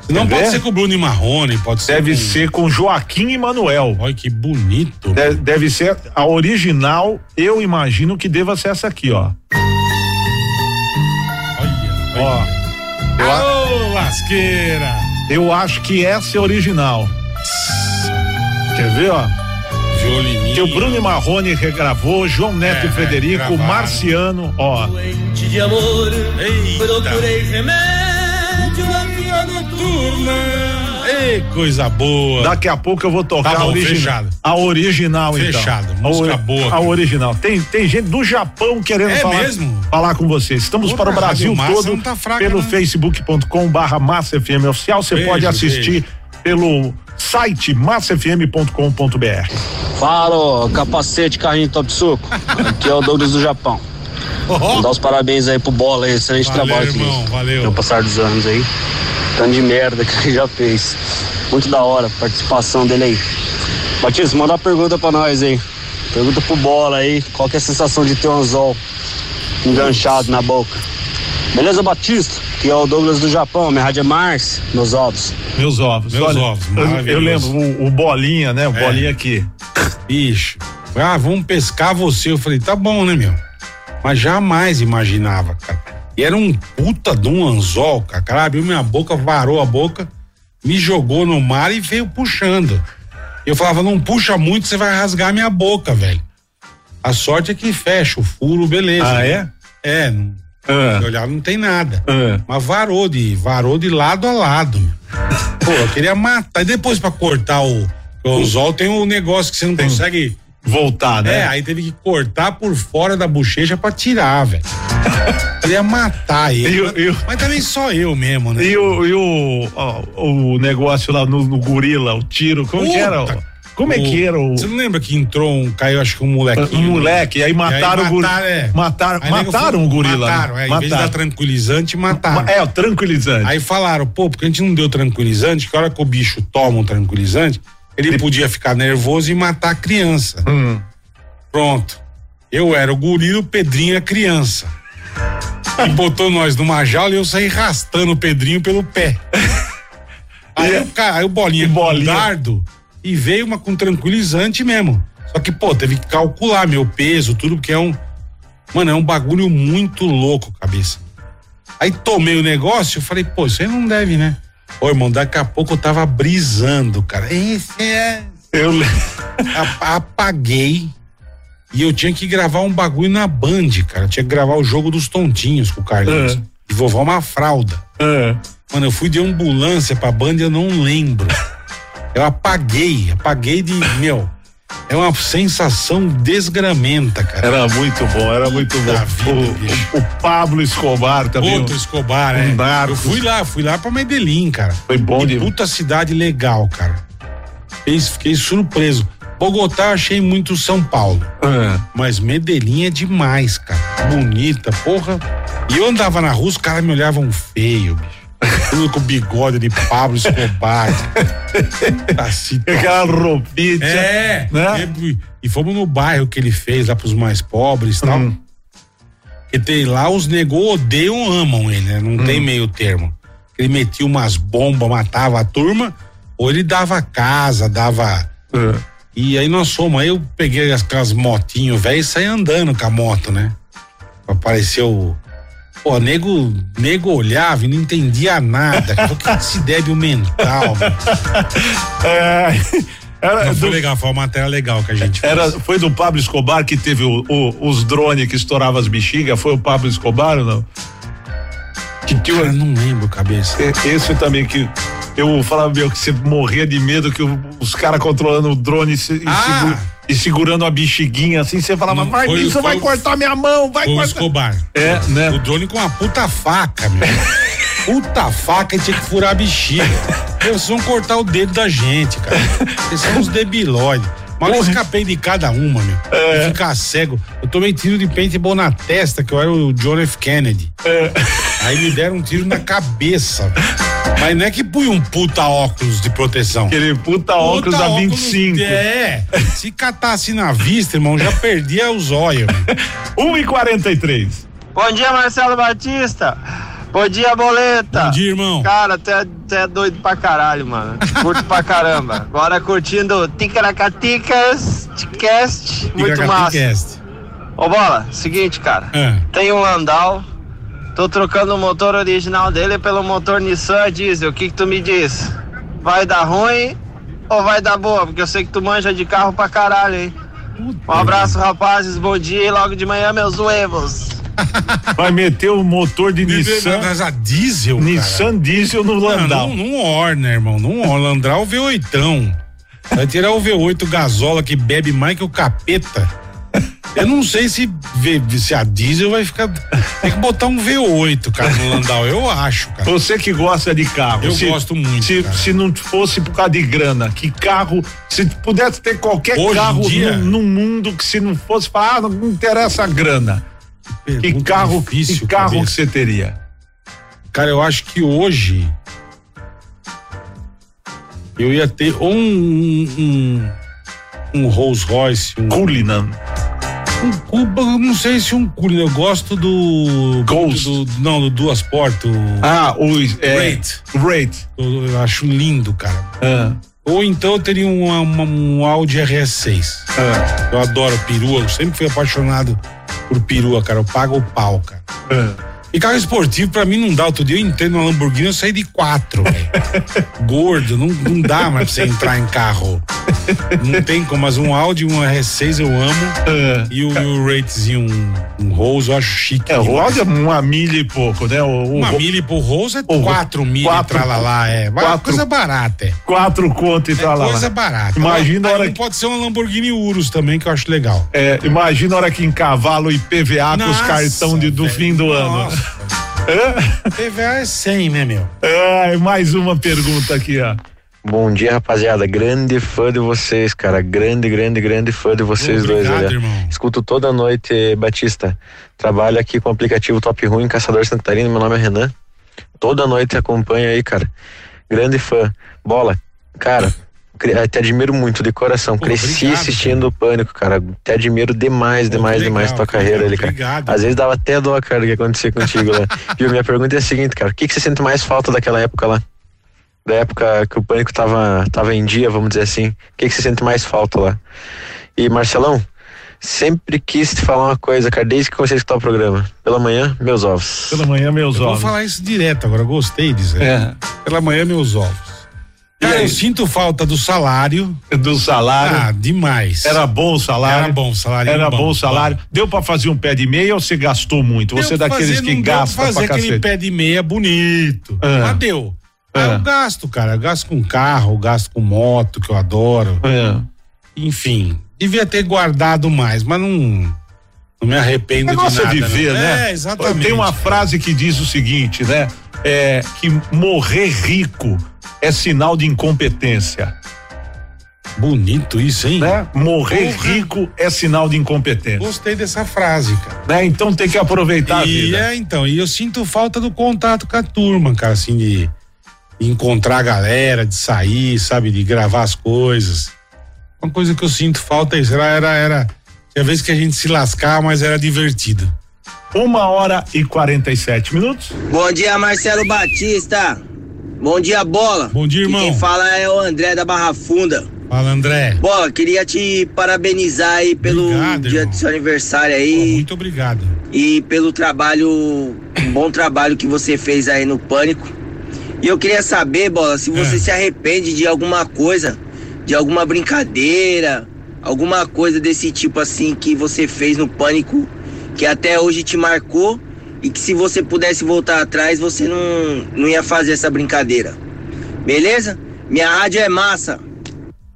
Não Quer pode ver? ser com o Bruno e Marrone, pode ser. Deve com- ser com Joaquim e Manuel. Olha que bonito. Deve, deve ser a original, eu imagino que deva ser essa aqui, ó. Ó, eu, a- Ô, lasqueira! eu acho que essa é a original. Quer ver, ó? Violininho. Que o Bruno e Marrone regravou, João Neto É, e Frederico, gravaram. Marciano, ó. Doente de amor, procurei remédio, a via noturna. Ei, coisa boa. Daqui a pouco eu vou tocar Tá bom, a original. fechado. A original, Fechado, então. música a ori- boa, A cara. original. Tem, tem gente do Japão querendo É falar, mesmo? falar com vocês. Estamos Pô, para o a Rádio Brasil Massa todo não tá fraca, pelo não. facebook.com barra Massa FM Oficial. Você Beijo, pode assistir pelo site massafm.com.br. Fala, ó, capacete, carrinho top suco. Aqui é o Douglas do Japão. Dá os parabéns aí pro Bola, aí, excelente Valeu, trabalho que irmão, valeu. deu passar dos anos aí. Tanto de merda que ele já fez. Muito da hora a participação dele aí. Batista, manda uma pergunta pra nós aí. Pergunta pro Bola aí, qual que é a sensação de ter um anzol enganchado na boca? Beleza, Batista? Que é o Douglas do Japão, minha rádio é Mars, meus ovos. Meus ovos. Meus ovos, eu- Eu lembro, maravilhoso. um, o, o Bolinha, né? O É. Bolinha aqui. Bicho. Ah, vamos pescar você. Eu falei, tá bom, né, meu? Mas jamais imaginava, cara. E era um puta de um anzol, cara. O cara abriu minha boca, varou a boca, me jogou no mar e veio puxando. Eu falava, não puxa muito, você vai rasgar minha boca, velho. A sorte é que fecha o furo, beleza. Ah, né? É, não, Ah. se olhar não tem nada. Ah. Mas varou de, varou de lado a lado. meu. Pô, eu queria matar. E depois pra cortar o, o anzol tem um negócio que você não consegue. Hum. Voltar, né? É, aí teve que cortar por fora da bochecha pra tirar, velho. Queria matar ele. E o- e o- Mas também só eu mesmo, né? E o, e o, ó, o negócio lá no, no gorila, o tiro, como que era? Puta. Como é que era o. Você não lembra que entrou um, caiu acho que um molequinho. Um moleque, e aí E mataram o gorila. mataram, é. Mataram, Aí nego mataram foi- o gorila. Mataram, né? é, em vez de dar tranquilizante, mataram. Ma- É, o tranquilizante. Aí falaram, pô, porque a gente não deu tranquilizante, que a hora que o bicho toma um tranquilizante, ele podia ficar nervoso e matar a criança. Hum. Pronto. Eu era o gorila, o Pedrinho era criança. E botou nós numa jaula e eu saí arrastando o Pedrinho pelo pé. Aí, o, cara, aí o bolinha, E bolinha. com um dardo e veio uma com tranquilizante mesmo. Só que, pô, teve que calcular meu peso, tudo, porque é um. Mano, é um bagulho muito louco, cabeça. Aí tomei o negócio, eu falei, pô, isso aí não deve, né? Ô, irmão, daqui a pouco eu tava brisando, cara. Esse é. Eu le- A- apaguei. E eu tinha que gravar um bagulho na Band, cara. Eu tinha que gravar o jogo dos tontinhos com o Carlinhos. É. E vovó uma fralda. É. Mano, eu fui de ambulância pra Band, eu não lembro. Eu apaguei, apaguei de. Meu, é uma sensação desgramenta, cara. Era muito bom, era muito bom. Da vida, O- bicho. o, o Pablo Escobar também. Outro Escobar, um né? narco. Eu fui lá, fui lá pra Medellín, cara. Foi bom Que de- Puta cidade legal, cara. Fiquei, fiquei surpreso. Bogotá eu achei muito São Paulo. É. Mas Medellín é demais, cara. Bonita, porra. E eu andava na rua, os caras me olhavam feio, bicho. Tudo com bigode de Pablo Escobar. Tá Aquela roupinha. é, né? e, e fomos no bairro que ele fez lá pros mais pobres e tal. Hum. E E tem lá os negou, odeiam, amam ele, né? Não tem meio termo. Ele metia umas bombas, matava a turma, ou ele dava casa, dava. E aí nós fomos, aí eu peguei as- aquelas motinhos velho e saí andando com a moto, né? Apareceu. Pô, nego, nego olhava e não entendia nada. cara. O que que se deve o mental? É, não foi legal, foi uma matéria legal que a gente fez. Era, foi do Pablo Escobar que teve o- o- os drones que estouravam as bexigas? Foi o Pablo Escobar ou não? Que tinha... um- Cara, não lembro, cabeça. Esse também que eu falava, meu, que você morria de medo que o- os caras controlando o drone e, se- e segu- e segurando a bexiguinha assim, você falava, Ah! Não, vai foi- isso, foi vai o- cortar minha mão, vai Foi o cortar. Escobar. É, né? O drone com uma puta faca, meu. Puta faca e tinha que furar a bexiga. Meu, Vocês vão cortar o dedo da gente, cara. Vocês são uns debilóides. Mas eu escapei de cada uma, meu. É. De Ficar cego. Eu tomei tiro de paintball na testa, que eu era o John F. Kennedy. É. Aí me deram um tiro na cabeça. Mas não é que põe um puta óculos de proteção. Aquele puta óculos da 25. É. Se catasse na vista, irmão, já perdia os olhos. 1 e 43 Bom dia, Marcelo Batista. Bom dia, Boleta. Bom dia, irmão. Cara, tu é, tu é doido pra caralho, mano. Curto pra caramba. Agora curtindo Ticaracaticas Cast. Muito é massa. Ô, Bola, seguinte, cara. Tem um Landau. Tô trocando o motor original dele pelo motor Nissan diesel. O que, que tu me diz? Vai dar ruim ou vai dar boa? Porque eu sei que tu manja de carro pra caralho, hein? Um abraço, rapazes. Bom dia e logo de manhã, meus huevos. Vai meter o motor de Bebê, Nissan. mas a diesel, Nissan diesel no Landau. Não, não orna, irmão. Não orna. Landau é o V8. Vai tirar o V8 gasola que bebe mais que o capeta. Eu não sei se, vê- se a diesel vai ficar. Tem que botar um V8, cara, no Landau. Eu acho, cara. Você que gosta de carro. Eu gosto muito, Se, se não fosse por causa de grana, que carro. Se pudesse ter qualquer Hoje em carro dia- no, no mundo que se não fosse falar, ah, não interessa a grana. Que carro, que carro que você teria? Cara, eu acho que hoje eu ia ter ou um um, um Rolls Royce, um Cullinan. Um Cuba, eu não sei se um Cullinan, eu gosto do Ghost. não, do duas portas. Ah, o Ah. é, Great. Great. Eu, eu acho lindo, cara. Ou então eu teria um, uma- um Audi RS6. Ah. Eu adoro perua, eu sempre fui apaixonado por perua, cara. Eu pago o pau, cara. Ah. E carro esportivo pra mim não dá. Outro dia eu entrei numa Lamborghini eu saí de quatro, velho. Gordo, não, não dá mais pra você entrar em carro. Não tem como, mas um Audi, um RS6 eu amo. E o, e o Ratezinho, um, um Rolls, eu acho chique. É, o demais. Um Audi é uma milha e pouco, né? O, o- Uma milha pro Rolls é o- quatro milha, quatro- tralalá, é. Mas quatro- coisa barata, é. Quatro conto e É tá lá. coisa barata. Imagina a Aí hora não Pode ser uma Lamborghini Urus também, que eu acho legal. É, imagina a hora que encavalo IPVA com os Nossa, cartão de, do fim do ano. PVA é 100, né, meu? Ai, mais uma pergunta aqui, ó. Bom dia, rapaziada. Grande fã de vocês, cara. Grande, grande, grande fã de vocês dois. Obrigado, Olha. irmão. Escuto toda noite, eh, Batista. Trabalho aqui com o aplicativo Top Ruim, Caçador Santarino. Meu nome é Renan. Toda noite acompanho aí, cara. Grande fã. Bola, cara, cre- eh, te admiro muito de coração. Cresci assistindo o Pânico, cara. Te admiro demais, demais, demais tua carreira ali, cara. Às vezes dava até dó, cara, o que acontecia contigo lá. E a minha pergunta é a seguinte, cara. O que, que você sente mais falta daquela época lá? da época que o pânico tava, tava em dia, vamos dizer assim. O que, que você sente mais falta lá? E Marcelão, sempre quis te falar uma coisa, cara, desde que comecei a escutar o programa. Pela manhã, meus ovos. Pela manhã, meus Vou falar isso direto agora, eu gostei disso. É. Pela manhã, meus ovos. Cara, eu sinto falta do salário. Do salário. Ah, demais. Era bom o salário. Era bom o salário. Era bom, bom o salário. Deu pra fazer um pé de meia ou você gastou muito? Deu você é pra daqueles fazer, que não deu gasta pra fazer pra aquele cacete. pé de meia bonito. É. Mas deu. Ah, eu gasto, cara. Eu gasto com carro, eu gasto com moto, que eu adoro. É. Enfim, devia ter guardado mais, mas não. Não me arrependo O de negócio nada. é viver, não. né? É, exatamente. Tem uma frase que diz o seguinte, né? É que morrer rico é sinal de incompetência. Bonito isso, hein? Né? Morrer Porra. rico é sinal de incompetência. Gostei dessa frase, cara. Né? Então tem que aproveitar a E vida. é, então, e eu sinto falta do contato com a turma, cara, assim, de de encontrar a galera, de sair, sabe, de gravar as coisas. Uma coisa que eu sinto falta é isso, era, era, era, tinha vez que a gente se lascava, mas era divertido. Uma hora e 47 minutos. Bom dia, Marcelo Batista. Bom dia, Bola. Bom dia, irmão. quem fala é o André da Barra Funda. Fala, André. Bola, queria te parabenizar aí pelo dia do seu aniversário aí. muito obrigado. E pelo trabalho, um bom trabalho que você fez aí no Pânico. E eu queria saber, Bola, É. se você se arrepende de alguma coisa, de alguma brincadeira, alguma coisa desse tipo assim que você fez no Pânico, que até hoje te marcou e que se você pudesse voltar atrás, você não, não ia fazer essa brincadeira. Beleza? Minha rádio é massa.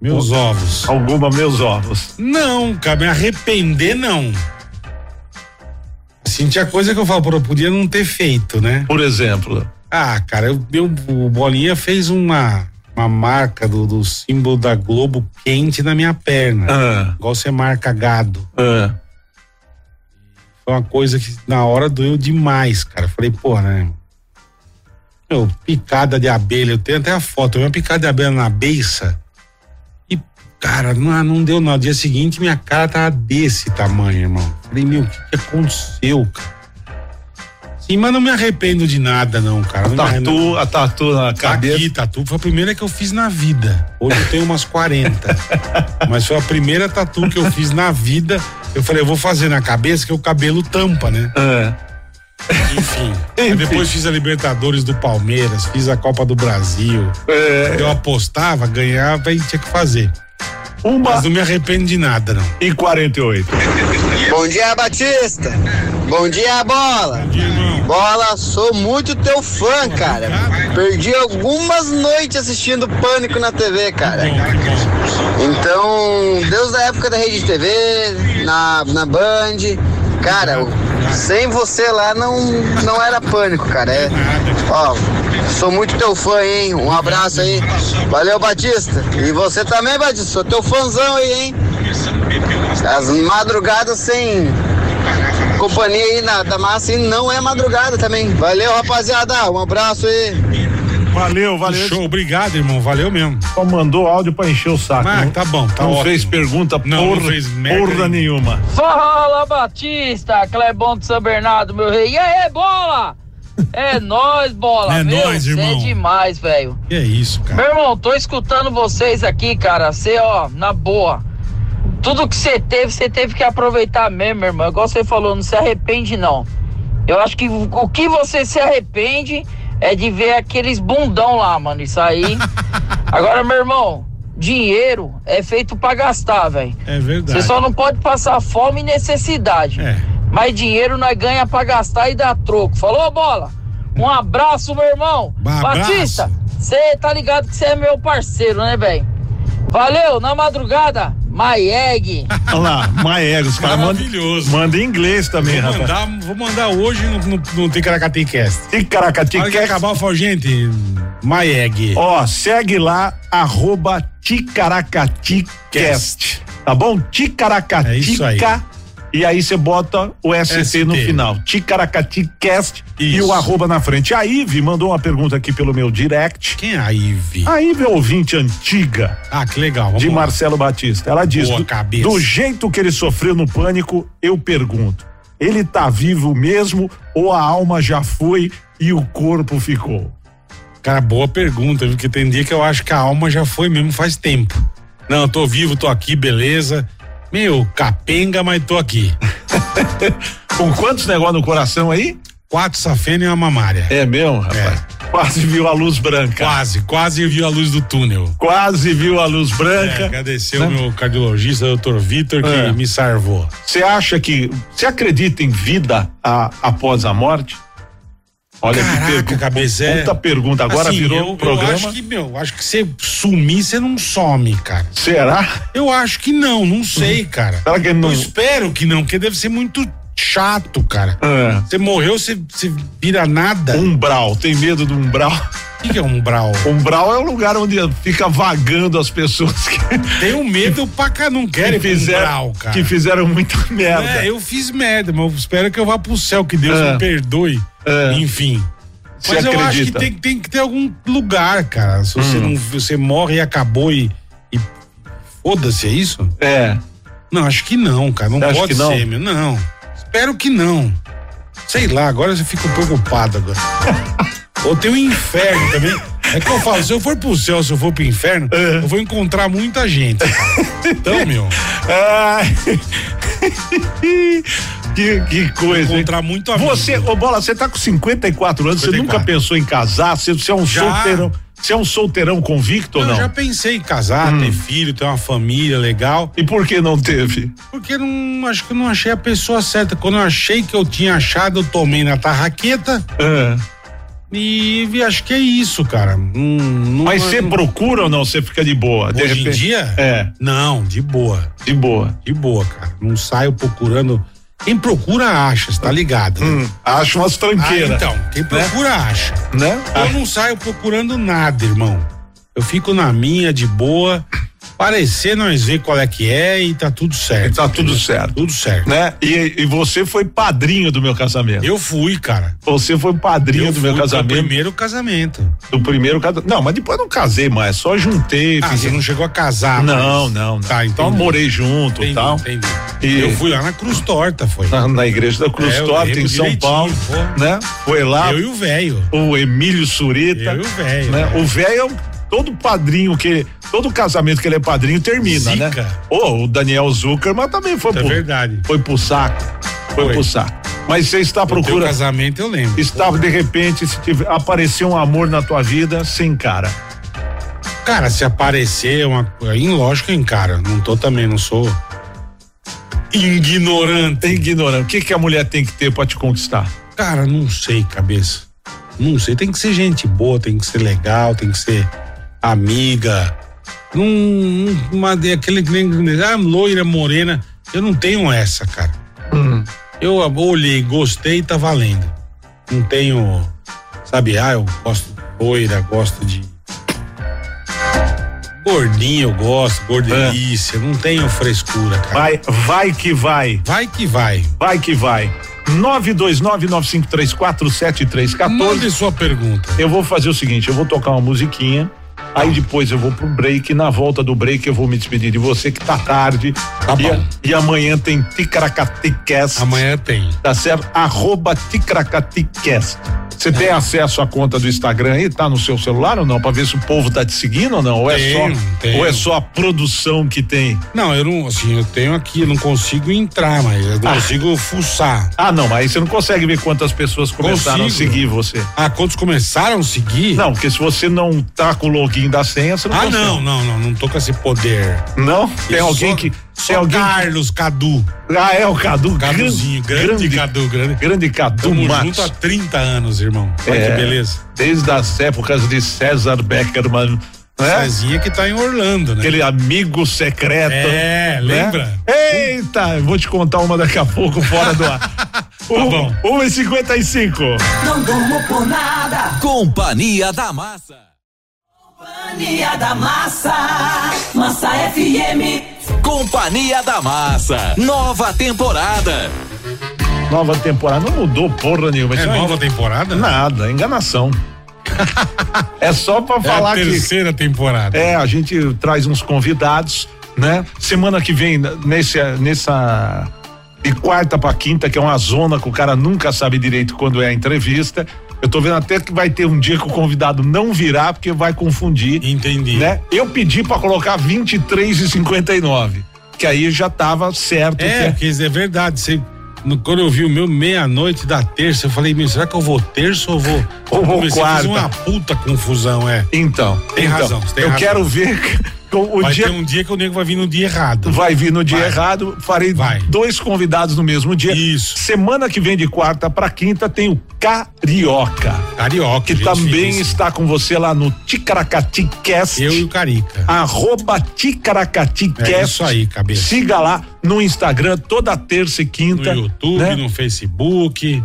Meus ovos. Alguma meus ovos. Não, cara, me arrepender não. Assim, tinha coisa que eu falo, pô, eu podia não ter feito, né? Por exemplo. Ah, cara, eu, eu- o Bolinha fez uma, uma marca do, do símbolo da Globo quente na minha perna. Ah. Igual você marca gado. Foi uma coisa que na hora doeu demais, cara. Eu falei, pô, né? Meu, picada de abelha, eu tenho até a foto, eu vi uma picada de abelha na beiça. Cara, não, ah, não deu não. Dia seguinte minha cara tava desse tamanho, irmão. Falei, meu, o que, que aconteceu, cara? Sim, mas não me arrependo de nada, não, cara. Não me arrependo. Tatu, Tá a tatu na cabeça. Aqui, tatu foi a primeira que eu fiz na vida. Hoje eu tenho umas 40. mas foi a primeira tatu que eu fiz na vida. Eu falei, eu vou fazer na cabeça que o cabelo tampa, né? Ah. É. Enfim. Aí depois fiz a Libertadores do Palmeiras, fiz a Copa do Brasil. É. Eu apostava, ganhava e tinha que fazer. Mas não me arrependo de nada, não. E 48. Bom dia, Batista. Bom dia, Bola. Bola, sou muito teu fã, cara. Perdi algumas noites assistindo Pânico na TV, cara. Então, Deus da época da Rede TV, na, na Band. Cara, o- sem você lá não, não era Pânico, cara. É, ó, sou muito teu fã, hein? Um abraço aí. Valeu, Batista. E você também, Batista. Sou teu fãzão aí, hein? As madrugadas sem companhia aí na, da massa e não é madrugada também. Valeu, rapaziada. Um abraço aí. Valeu, valeu. Um Show, obrigado, irmão. Valeu mesmo. Só mandou áudio pra encher o saco. Ah, não- tá bom, tá Não ótimo. fez pergunta Não, não porra, fez merda porra nenhuma. Fala Batista, Clebão de São Bernardo, meu rei. E aí, bola? É nóis, bola. É meu, nóis, cê irmão. É demais, velho. Que é isso, cara. Meu irmão, tô escutando vocês aqui, cara. Você, ó, na boa. Tudo que você teve, você teve que aproveitar mesmo, meu irmão. Igual você falou, não se arrepende, não. Eu acho que o o que você se arrepende é de ver aqueles bundão lá, mano. Isso aí. Agora, meu irmão, dinheiro é feito pra gastar, velho. É verdade. É, Você só não pode passar fome e necessidade. É. Mas dinheiro nós ganha pra gastar e dar troco. Falou, bola? Um abraço, meu irmão. Um abraço. Batista, você tá ligado que você é meu parceiro, né, velho? Valeu, na madrugada, Maieg. Olha lá, Maego, os caras mandam. Manda em inglês também, Vou rapaz. mandar, vou mandar hoje no, no, no Ticaracatecast. Ticaracatecast. Olha que acabar, eu falo, gente, Maeg. Ó, segue lá, arroba Ticaracaticast. Tá bom? Ticaracatica. É isso aí. E aí você bota o ST, no ST. final. Ticaracaticast e o arroba na frente. A Ive mandou uma pergunta aqui pelo meu direct. Quem é a Ive? A Ive é ouvinte antiga. Ah, que legal. vamos de lá. Marcelo Batista. Ela diz: Boa do, cabeça. do jeito que ele sofreu no pânico, eu pergunto: ele tá vivo mesmo ou a alma já foi e o corpo ficou? Cara, boa pergunta, viu? porque tem dia que eu acho que a alma já foi mesmo faz tempo. Não, eu tô vivo, tô aqui, beleza. Meu, capenga, mas tô aqui. Com quantos negócios no coração aí? Quatro safena e uma mamária. É mesmo, rapaz? Quase viu a luz branca. Quase, quase viu a luz do túnel. Quase viu a luz É, branca. Né? agradecer o meu cardiologista, doutor Vitor, que É. me sarvou. Você acha que. Você acredita em vida a- após a morte? Olha que pergunta. cabeça, é- Puta pergunta. Agora Assim, virou eu- um programa. Eu acho que, meu, acho que você sumir, você não some, cara. Será? Hum. Eu acho que não, não sei, cara. Será que não- Eu espero que não, porque deve ser muito chato, cara. É. Você morreu, você, você vira nada. Um Umbral, tem medo do umbral? O que, que é umbral? Umbral é o lugar onde fica vagando as pessoas que, Tenho medo pra cá, não quero que ir pro fizeram, umbral, cara. que fizeram muita merda. É, eu fiz merda, mas eu espero que eu vá pro céu, que Deus É. me perdoe. Enfim. Você Mas eu acho que acredita? Hum. tem, tem que ter algum lugar, cara. Se você, não, você morre e acabou e. e Foda-se, é isso? É. Não, acho que não, cara. Não Você acha pode que não? ser, meu. Não. Espero que não. Sei lá, agora eu fico preocupado agora. Ou tem o inferno também. É que eu falo, se eu for pro céu, se eu for pro inferno, É. eu vou encontrar muita gente. cara. Então, meu. que, que coisa. Vou encontrar muito amigo. Você, ô Bola, você tá com 54 anos, você 54. nunca pensou em casar? Você, você é um Já. solteirão. Você é um solteirão convicto ou Eu não? já pensei em casar, ter filho, ter uma família legal. Hum. E por que não teve? Porque não acho que eu não achei a pessoa certa. Quando eu achei que eu tinha achado, eu tomei na tarraqueta. É. E vi- acho que é isso, cara. Hum, não- Mas você não- procura ou não? Você fica de boa? de Hoje em repente? dia? É. Não, de boa. De boa. De boa, cara. Não saio procurando. Quem procura acha, você tá ligado? né? Hum, acha umas tranqueiras. Ah, então, quem Né? procura acha. Né? Eu não saio procurando nada, irmão. Eu fico na minha, de boa. Parecer nós ver qual é que é e tá tudo certo. Tá tudo certo. Tudo certo. Né? E, e você foi padrinho do meu casamento. Eu fui, cara. Você foi padrinho Eu do meu fui, foi o casamento. primeiro casamento. Do primeiro casamento. Não, mas depois eu não casei mais, só juntei. Ah, fiz- você não chegou a casar, Não, mas- não, não. Tá, então eu entendi. morei junto e Entendi, tal. entendi. E- Eu fui lá na Cruz Torta, foi. Na, na igreja da Cruz É, eu Torta, em lembro São direitinho, Paulo. pô. Né? Foi lá. Eu e o velho. O Emílio Surita. Eu e o velho, Né? né? O velho é um- todo padrinho que. Todo casamento que ele é padrinho termina, né? Zica. Ô, o Daniel Zuckerman também foi É verdade. Foi pro saco. Foi, Foi. pro saco. Mas você está Teu procurando. casamento eu lembro. Está, de repente, se tiver, aparecer um amor na tua vida, sem cara. Cara, se aparecer uma. Aí, lógico, hein, cara. Não tô também, não sou. Ignorante. Ignorante. O que, que a mulher tem que ter pra te conquistar? Cara, não sei, cabeça. Não sei. Tem que ser gente boa, tem que ser legal, tem que ser amiga. Não. não- Uma, de- aquele. que nem- Ah, loira, morena. Eu não tenho essa, cara. Eu olhei, gostei e tá valendo. Não tenho. Sabe, ah, eu gosto de loira, gosto de. Gordinho eu gosto, gordelice. Não tenho frescura, cara. É. Vai, vai que vai. Vai que vai. Vai que vai. 92995347314. Mande sua pergunta. Tá. Eu vou fazer o seguinte, eu vou tocar uma musiquinha, aí depois eu vou pro break, na volta do break eu vou me despedir de você que tá tarde. e, bom. e amanhã tem Ticaracatecast. Amanhã tem. Tá certo? Arroba Ticracaticast. Você É. tem acesso à conta do Instagram aí? Tá no seu celular ou não? Pra ver se o povo tá te seguindo ou não? Ou é, Tenho, só, tenho. Ou é só a produção que tem? Não, eu não, assim, eu tenho aqui, eu não consigo entrar, mas eu não Ah. consigo fuçar. Ah, não, mas aí você não consegue ver quantas pessoas começaram a Consigo. seguir você. Ah, quantos começaram a seguir? Não, porque se você não tá com o login da senha, você não Ah, consegue. não, não, não, não tô com esse poder. Não? Tem Eu alguém só- que. Só Tem alguém que- Carlos Cadu. Ah, é o Cadu. Caduzinho, grande, Cadu, grande. Grande Cadu Tamo Matos. junto há 30 anos, irmão. Olha É. que beleza. Desde as épocas de César Beckerman, né? Cezinha que tá em Orlando, né? Aquele amigo secreto. É, lembra? Né? Eita, eu vou te contar uma daqui a pouco fora do ar. Tá bom. 1h55. Não durmo por nada. Companhia da Massa. Companhia da Massa. Massa FM. Companhia da Massa. Nova temporada. Nova temporada. Não mudou porra nenhuma. É Isso nova temporada? Nada, é enganação. é só pra É a falar que. terceira temporada. É, a gente traz uns convidados, né? Semana que vem, nesse, nessa. De quarta pra quinta, que é uma zona que o cara nunca sabe direito quando é a entrevista. Eu tô vendo até que vai ter um dia que o convidado não virá, porque vai confundir, Entendi. né? Eu pedi pra colocar 23 e 59, que aí já tava certo. É, que- porque isso é verdade. Você, no- quando eu vi o meu meia-noite da terça, eu falei, meu, será que eu vou terça ou vou. Ou vou Comecei a quarta. fazer é uma puta confusão, é. Então, Tem então, razão, você tem eu razão. quero ver que o, o vai dia ter um dia que o nego vai vir no dia errado. Vai vir no dia Vai. errado, farei Vai. dois convidados no mesmo dia. Isso. Semana que vem de quarta pra quinta tem o Carioca, Carioca, que gente, também isso. está com você lá no Ticaracaticast. Eu e o Carica. Arroba Ticaracaticast. É isso aí, cabeça. Siga lá no Instagram toda terça e no quinta. YouTube, né? no Facebook.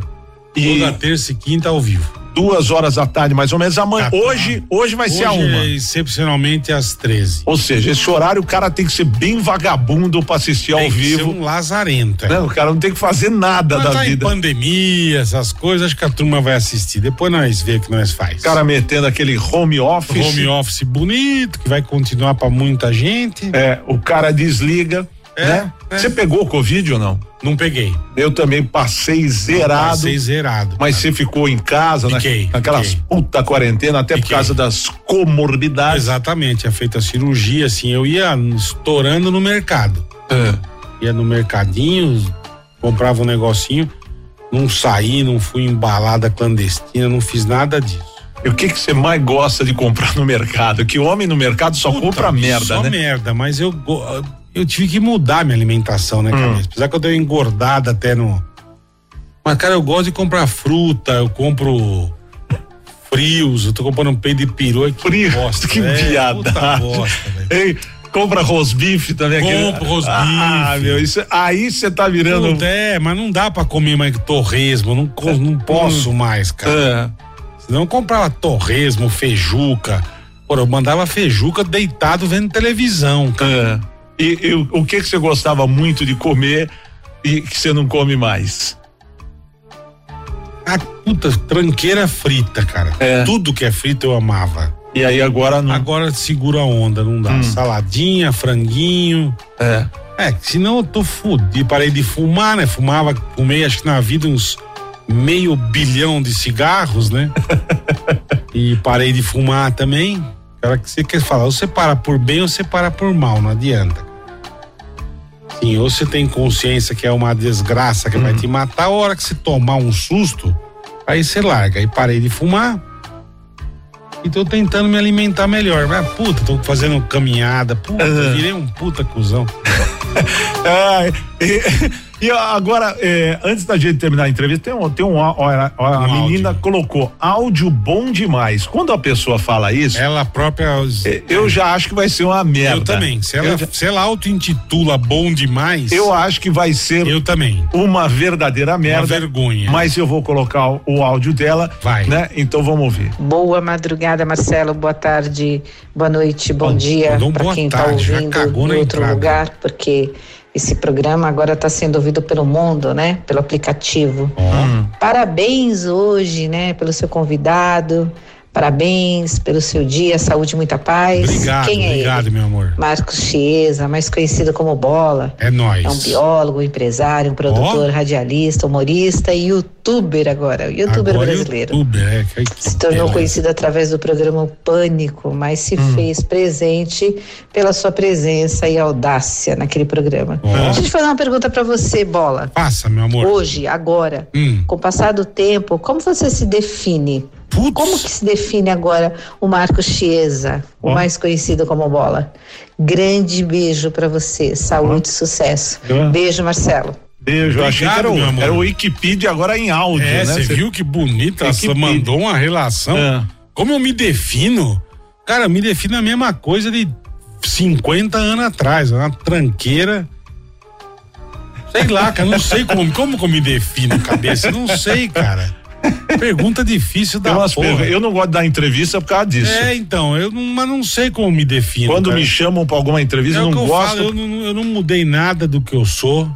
E- Toda terça e quinta ao vivo. Duas horas da tarde, mais ou menos. Amanhã, Tá, tá. hoje, hoje vai Hoje, ser a uma. é excepcionalmente às 13. Ou seja, esse horário o cara tem que ser bem vagabundo pra assistir ao Tem que ser vivo. um lazarento. é. né? O cara não tem que fazer nada Mas da tá em vida. pandemia, essas coisas, acho que a turma vai assistir. Depois nós vê o que nós faz. O cara metendo aquele home office. home office bonito, que vai continuar pra muita gente. É, o cara desliga, É, né? é. Você pegou o Covid ou não? Não peguei. Eu também passei zerado. passei zerado. Mas você ficou em casa, na- Fiquei, naquelas fiquei. puta quarentena, até por causa das comorbidades. Exatamente, é feita a cirurgia, assim, eu ia estourando no mercado. É. Ia no mercadinho, comprava um negocinho, não saí, não fui em balada clandestina, não fiz nada disso. E o que que você mais gosta de comprar no mercado? Que homem no mercado só compra merda, Só né? merda, mas eu, go- eu tive que mudar minha alimentação, Hum. né, cara? Apesar que eu dei uma engordada até no. Mas, cara, eu gosto de comprar fruta, eu compro frios, eu tô comprando um peito de peru. Que bosta, que é, piada. puta bosta, velho. Ei, compra rosbife também. aquele- Compro rosbife. Ah, meu, isso, aí você tá virando... Puta, é, mas não dá pra comer mais torresmo, não, co- não É. posso Hum. mais, cara. Senão eu comprava torresmo, feijuca. Pô, eu mandava feijuca deitado vendo televisão, cara. É. E, e o- o que que você gostava muito de comer e que você não come mais? Ah, puta, tranqueira frita, cara. Tudo que é frito eu amava. E aí agora não. Hum. Agora segura a onda, não dá. Saladinha, franguinho. É. É, senão eu tô fudido. Parei de fumar, né? Fumava, fumei acho que na vida uns meio bilhão de cigarros, né? e parei de fumar também. Cara, que você quer falar, ou você para por bem ou você para por mal, não adianta. Sim, ou você tem consciência que é uma desgraça que vai Uhum. te matar, a hora que você tomar um susto, aí você larga. E parei de fumar. E tô tentando me alimentar melhor. Mas, puta, tô fazendo caminhada. Puta, virei um puta cuzão. Ah, e, e agora, eh, antes da gente terminar a entrevista, tem um. Tem um ó, ó, ó, a menina colocou áudio bom demais. Quando a pessoa fala isso. é, Ela própria. Eu já acho que vai ser uma merda. Eu também. Se ela, Eu já- se ela auto-intitula bom demais. Eu acho que vai ser. Eu também. Uma verdadeira merda. vergonha. Mas eu vou colocar o, o áudio dela. Vai. Né? Então vamos ouvir. Boa madrugada, Marcelo. Boa tarde, boa noite, bom dia mandou um para boa quem está tarde, já ouvindo em cagou na outro entrada. lugar, porque esse programa agora está sendo ouvido pelo mundo, né? Pelo aplicativo. Hum, Parabéns hoje, né? Pelo seu convidado. Parabéns pelo seu dia, saúde, muita paz. Obrigado, quem é obrigado, ele? meu amor. Marcos Chiesa, mais conhecido como Bola. É nóis. É um biólogo, empresário, um produtor, radialista, humorista e youtuber agora. Youtuber Agora brasileiro. YouTube, é, que- Se tornou conhecido através do programa Pânico, mas se Hum. fez presente pela sua presença e audácia naquele programa. Deixa eu te fazer uma pergunta para você, Bola. Passa, meu amor. Hoje, agora, Hum. com o passar do tempo, como você se define? Como que se define agora o Marco Chiesa, o mais conhecido como Bola? Grande beijo para você, saúde e sucesso. Ah. Beijo, Marcelo. Beijo, eu achei que era, o- meu amor. era o Wikipedia agora em áudio, né? É, você viu que bonita, Tem que você pedir. mandou uma relação. É. Como eu me defino? Cara, eu me defino a mesma coisa de 50 anos atrás, uma tranqueira. Sei lá, cara, não sei como, como que eu me defino, cabeça, não sei, cara. Pergunta difícil da Eu, umas porra. perguntas- eu não gosto de dar entrevista por causa disso. É, então, eu não, mas não sei como me defino. Quando cara. me chamam pra alguma entrevista, É eu o não que eu gosto. falo, eu não, eu não mudei nada do que eu sou.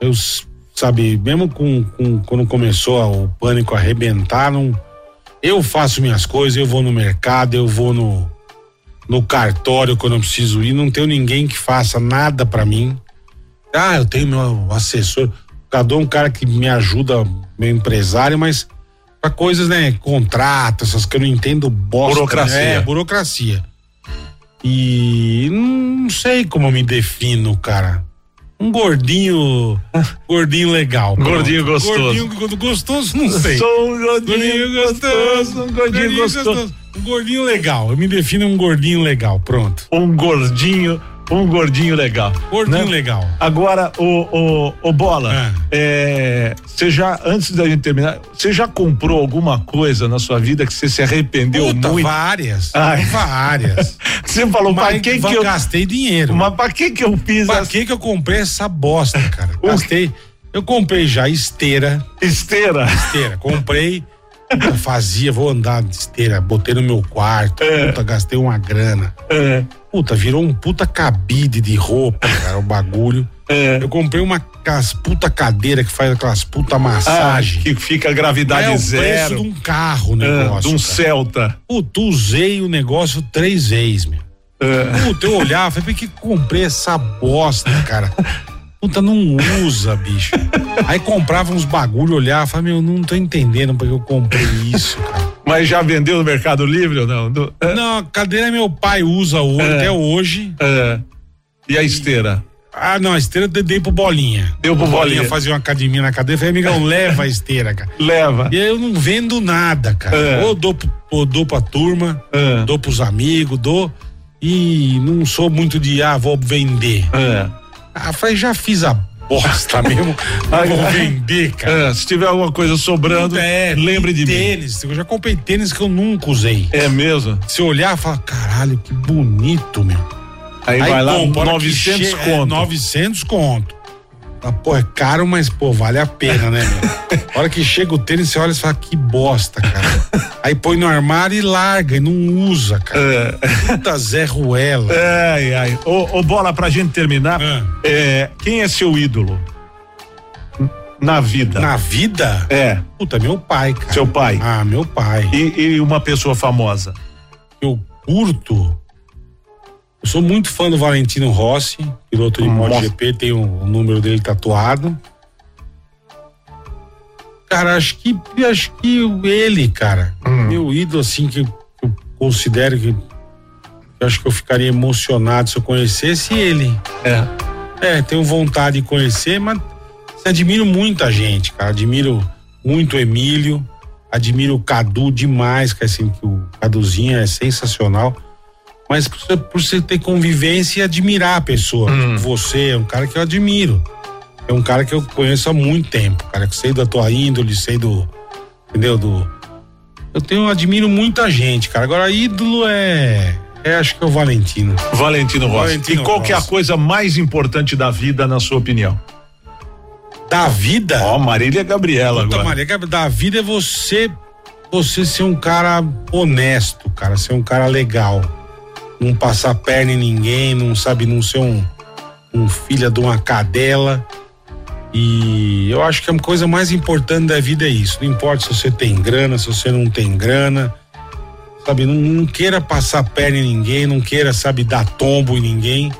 Eu, s- sabe, mesmo com, com- quando começou a- o pânico a arrebentar, não, eu faço minhas coisas, eu vou no mercado, eu vou no, no cartório quando eu preciso ir, não tenho ninguém que faça nada pra mim. Ah, eu tenho meu assessor, cada um cara que me ajuda, meu empresário, mas pra coisas, né, contrato, essas que eu não entendo bosta. Burocracia. É, burocracia. E não sei como eu me defino, cara. Um gordinho, gordinho legal. Gordinho Pronto. gostoso. Gordinho go- gostoso, não sei. Sou um gordinho gostoso, um gordinho gostoso. Um gordinho legal. Eu me defino um gordinho legal, pronto. Um gordinho, um gordinho legal. Gordinho né? legal. Agora, o, o, o Bola, é, você já, antes da gente terminar, você já comprou alguma coisa na sua vida que você se arrependeu Puta, muito? várias. Ai. Várias. Você falou, pra que que eu- gastei dinheiro. Mas pra que que eu fiz Pra que que eu comprei essa bosta, cara? Gastei. Eu comprei já esteira. Esteira? Esteira. Comprei. Eu fazia, vou andar de esteira. Botei no meu quarto. É. Puta, gastei uma grana. Puta, virou um puta cabide de roupa, cara, o bagulho. É. Eu comprei uma cas- puta cadeira que faz aquelas puta massagem. Ah, que fica a gravidade é o zero. preço de um carro o Ah, negócio. de um cara. Celta. Puta, usei o negócio três É. vezes, meu. Puta, eu olhava, falei, por que comprei essa bosta, cara? Puta, não usa, bicho. Aí comprava uns bagulho, olhava, falava, meu, não tô entendendo porque eu comprei isso, cara. Mas já vendeu no Mercado Livre ou não? Do- Não, a cadeira meu pai usa hoje, É. até hoje. E a esteira? Ah, não, a esteira eu dei pro Bolinha. Deu pro O Bolinha. fazia uma academia na cadeira. Falei, amigão, leva a esteira, cara. Leva. E aí eu não vendo nada, cara. É. Ou eu dou, pro- ou eu dou pra turma, dou pros amigos, dou. E não sou muito de, ah, vou vender. É. Ah, falei, já fiz a bosta mesmo. Não vou vender, cara. É, É, se tiver alguma coisa sobrando, lembre de mim. tênis, Eu já comprei tênis que eu nunca usei. É mesmo? Se eu olhar, fala, caralho, que bonito, meu. Aí vai lá, compra, a hora que 900 chega, É, conto. 900 conto. Ah, pô, é caro, mas, pô, vale a pena, né, meu? A hora que chega o tênis, você olha e fala, que bosta, cara. Aí põe no armário e larga, e não usa, cara. Puta Zé Ruela. É. Ah. Ai, ai. Ô, ô, Bola, pra gente terminar, é, quem é seu ídolo? Na vida. Na vida? É. Puta, meu pai, cara. Seu pai? Ah, meu pai. E, e uma pessoa famosa? Eu curto. Eu sou muito fã do Valentino Rossi, piloto de Hum, MotoGP, tem o, o número dele tatuado. Cara, acho que acho que ele, cara, Hum. meu ídolo assim que eu que eu considero que eu acho que eu ficaria emocionado se eu conhecesse ele. É. É, tenho vontade de conhecer, mas Assim, admiro muita gente, cara. Admiro muito o Emílio, admiro o Cadu demais, cara, assim, que o Caduzinho é sensacional. Mas por você, por você ter convivência e admirar a pessoa. Tipo, Você é um cara que eu admiro. É um cara que eu conheço há muito tempo, cara. Que sei da tua índole, sei do. Entendeu? Do. Eu tenho, admiro muita gente, cara. Agora, ídolo é. É, acho que é o Valentino. Valentino Rossi. Valentino e qual que é a Rossi. coisa mais importante da vida, na sua opinião? Da vida? Ó, Marília Gabriela Puta, agora. Maria, Gabi, da vida é você você ser um cara honesto, cara, ser um cara legal. Não passar perna em ninguém, não sabe, não ser um, um filha de uma cadela. E eu acho que a coisa mais importante da vida é isso. Não importa se você tem grana, se você não tem grana. Sabe, não, não queira passar perna em ninguém, não queira, sabe, dar tombo em ninguém.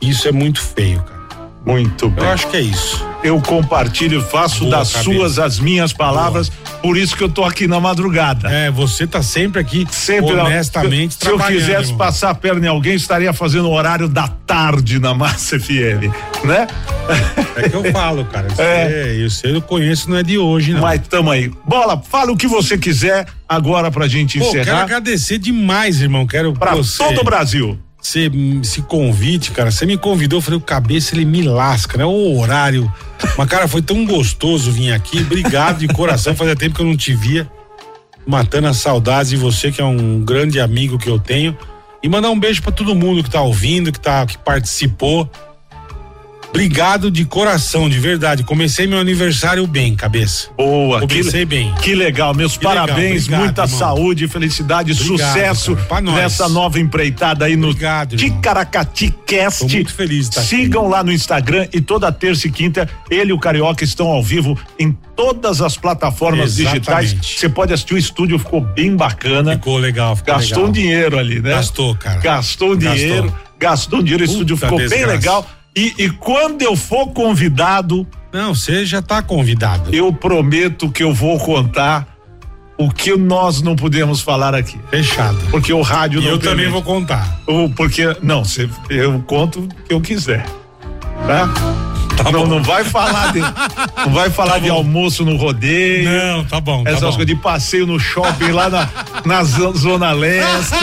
Isso é muito feio, cara. Muito bem. Eu acho que é isso. Eu compartilho, faço Boa, das Cabelo. suas as minhas palavras, por isso que eu tô aqui na madrugada. É, você tá sempre aqui, sempre na- honestamente, Se eu trabalhando, quisesse irmão. passar a perna em alguém, estaria fazendo o horário da tarde na Massa FM, né? É que eu falo, cara. Isso É. é, isso eu conheço, não é de hoje, não. Mas tamo aí. Bola, fala o que você quiser agora pra gente Pô, quero encerrar. agradecer demais, irmão. Quero Pra todo o Brasil. Você se convite, cara. Você me convidou, eu falei, o cabeça ele me lasca, né? O horário. Mas, cara, foi tão gostoso vir aqui. Obrigado de coração. Fazia tempo que eu não te via. Matando a saudade de você, que é um grande amigo que eu tenho. E mandar um beijo pra todo mundo que tá ouvindo, que, tá, que participou. Obrigado de coração, de verdade. Comecei meu aniversário bem, cabeça. Boa, Comecei que, bem. Que legal, meus Que legal, parabéns, obrigado, muita irmão. saúde, felicidade, Obrigado, sucesso cara, pra nós. nessa nova empreitada aí no Ticaracaticast. Tô muito feliz de tá aqui. Sigam lá no Instagram e toda terça e quinta ele e o Carioca estão ao vivo em todas as plataformas Exatamente. digitais. Você pode assistir o estúdio, ficou bem bacana. Ficou legal, ficou Gastou legal. um dinheiro ali, né? Gastou, cara. Gastou um Gastou. dinheiro, gastou um dinheiro, o Puta estúdio ficou bem desgraça. legal. E, e quando eu for convidado, Não, você já tá convidado. eu prometo que eu vou contar o que nós não podemos falar aqui. Fechado. Porque o rádio E não eu também permite. vou contar. O- Porque, não, cê- eu conto o que eu quiser. Tá? não, não vai falar de, não vai falar de almoço no rodeio. Tá Não, tá bom. Essas coisas de passeio no shopping lá na, na zo- Zona Leste,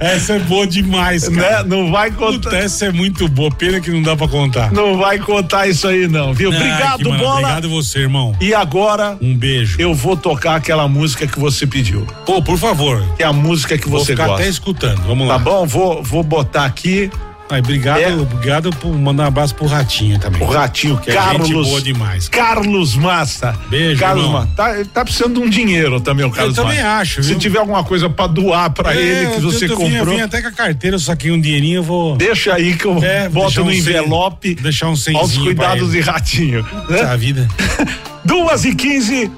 Essa é boa demais, né? cara. Não vai contar. Puta, essa é muito boa. Pena que não dá pra contar. Não vai contar isso aí, não, viu? Ai, Obrigado, que maravilha. bola. Obrigado você, irmão. E agora Um beijo. eu vou tocar aquela música que você pediu. Pô, por favor. Que é a música que Vou você ficar gosta. até escutando. Vamos Tá lá. bom? Vou, vou botar aqui Ai, obrigado, É. obrigado por mandar um abraço pro Ratinho também. o ratinho que é Carlos. gente boa demais. Carlos Massa. Beijo, Carlos irmão. Massa. Tá, ele tá precisando de um dinheiro também, o Carlos também Massa. acho, Se viu? tiver alguma coisa pra doar pra É, ele que eu- você eu vim- Eu comprou, vim até com a carteira, eu saquei um dinheirinho, eu vou. deixa aí que eu É, vou boto deixar no um cem- envelope. deixar um cenzinho aos pra cuidados de ele. ratinho. né? Puta vida. Duas e quinze.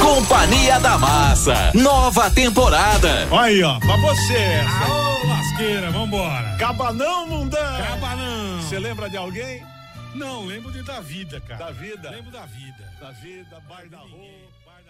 Companhia da Massa, nova temporada. Olha aí, ó. Pra você. Ô, lasqueira, vambora. Cabanão, mundão. Cabanão. Você lembra de alguém? Não, lembro de da vida, cara. Da vida? Lembro da vida. Da vida, bar da rua, bar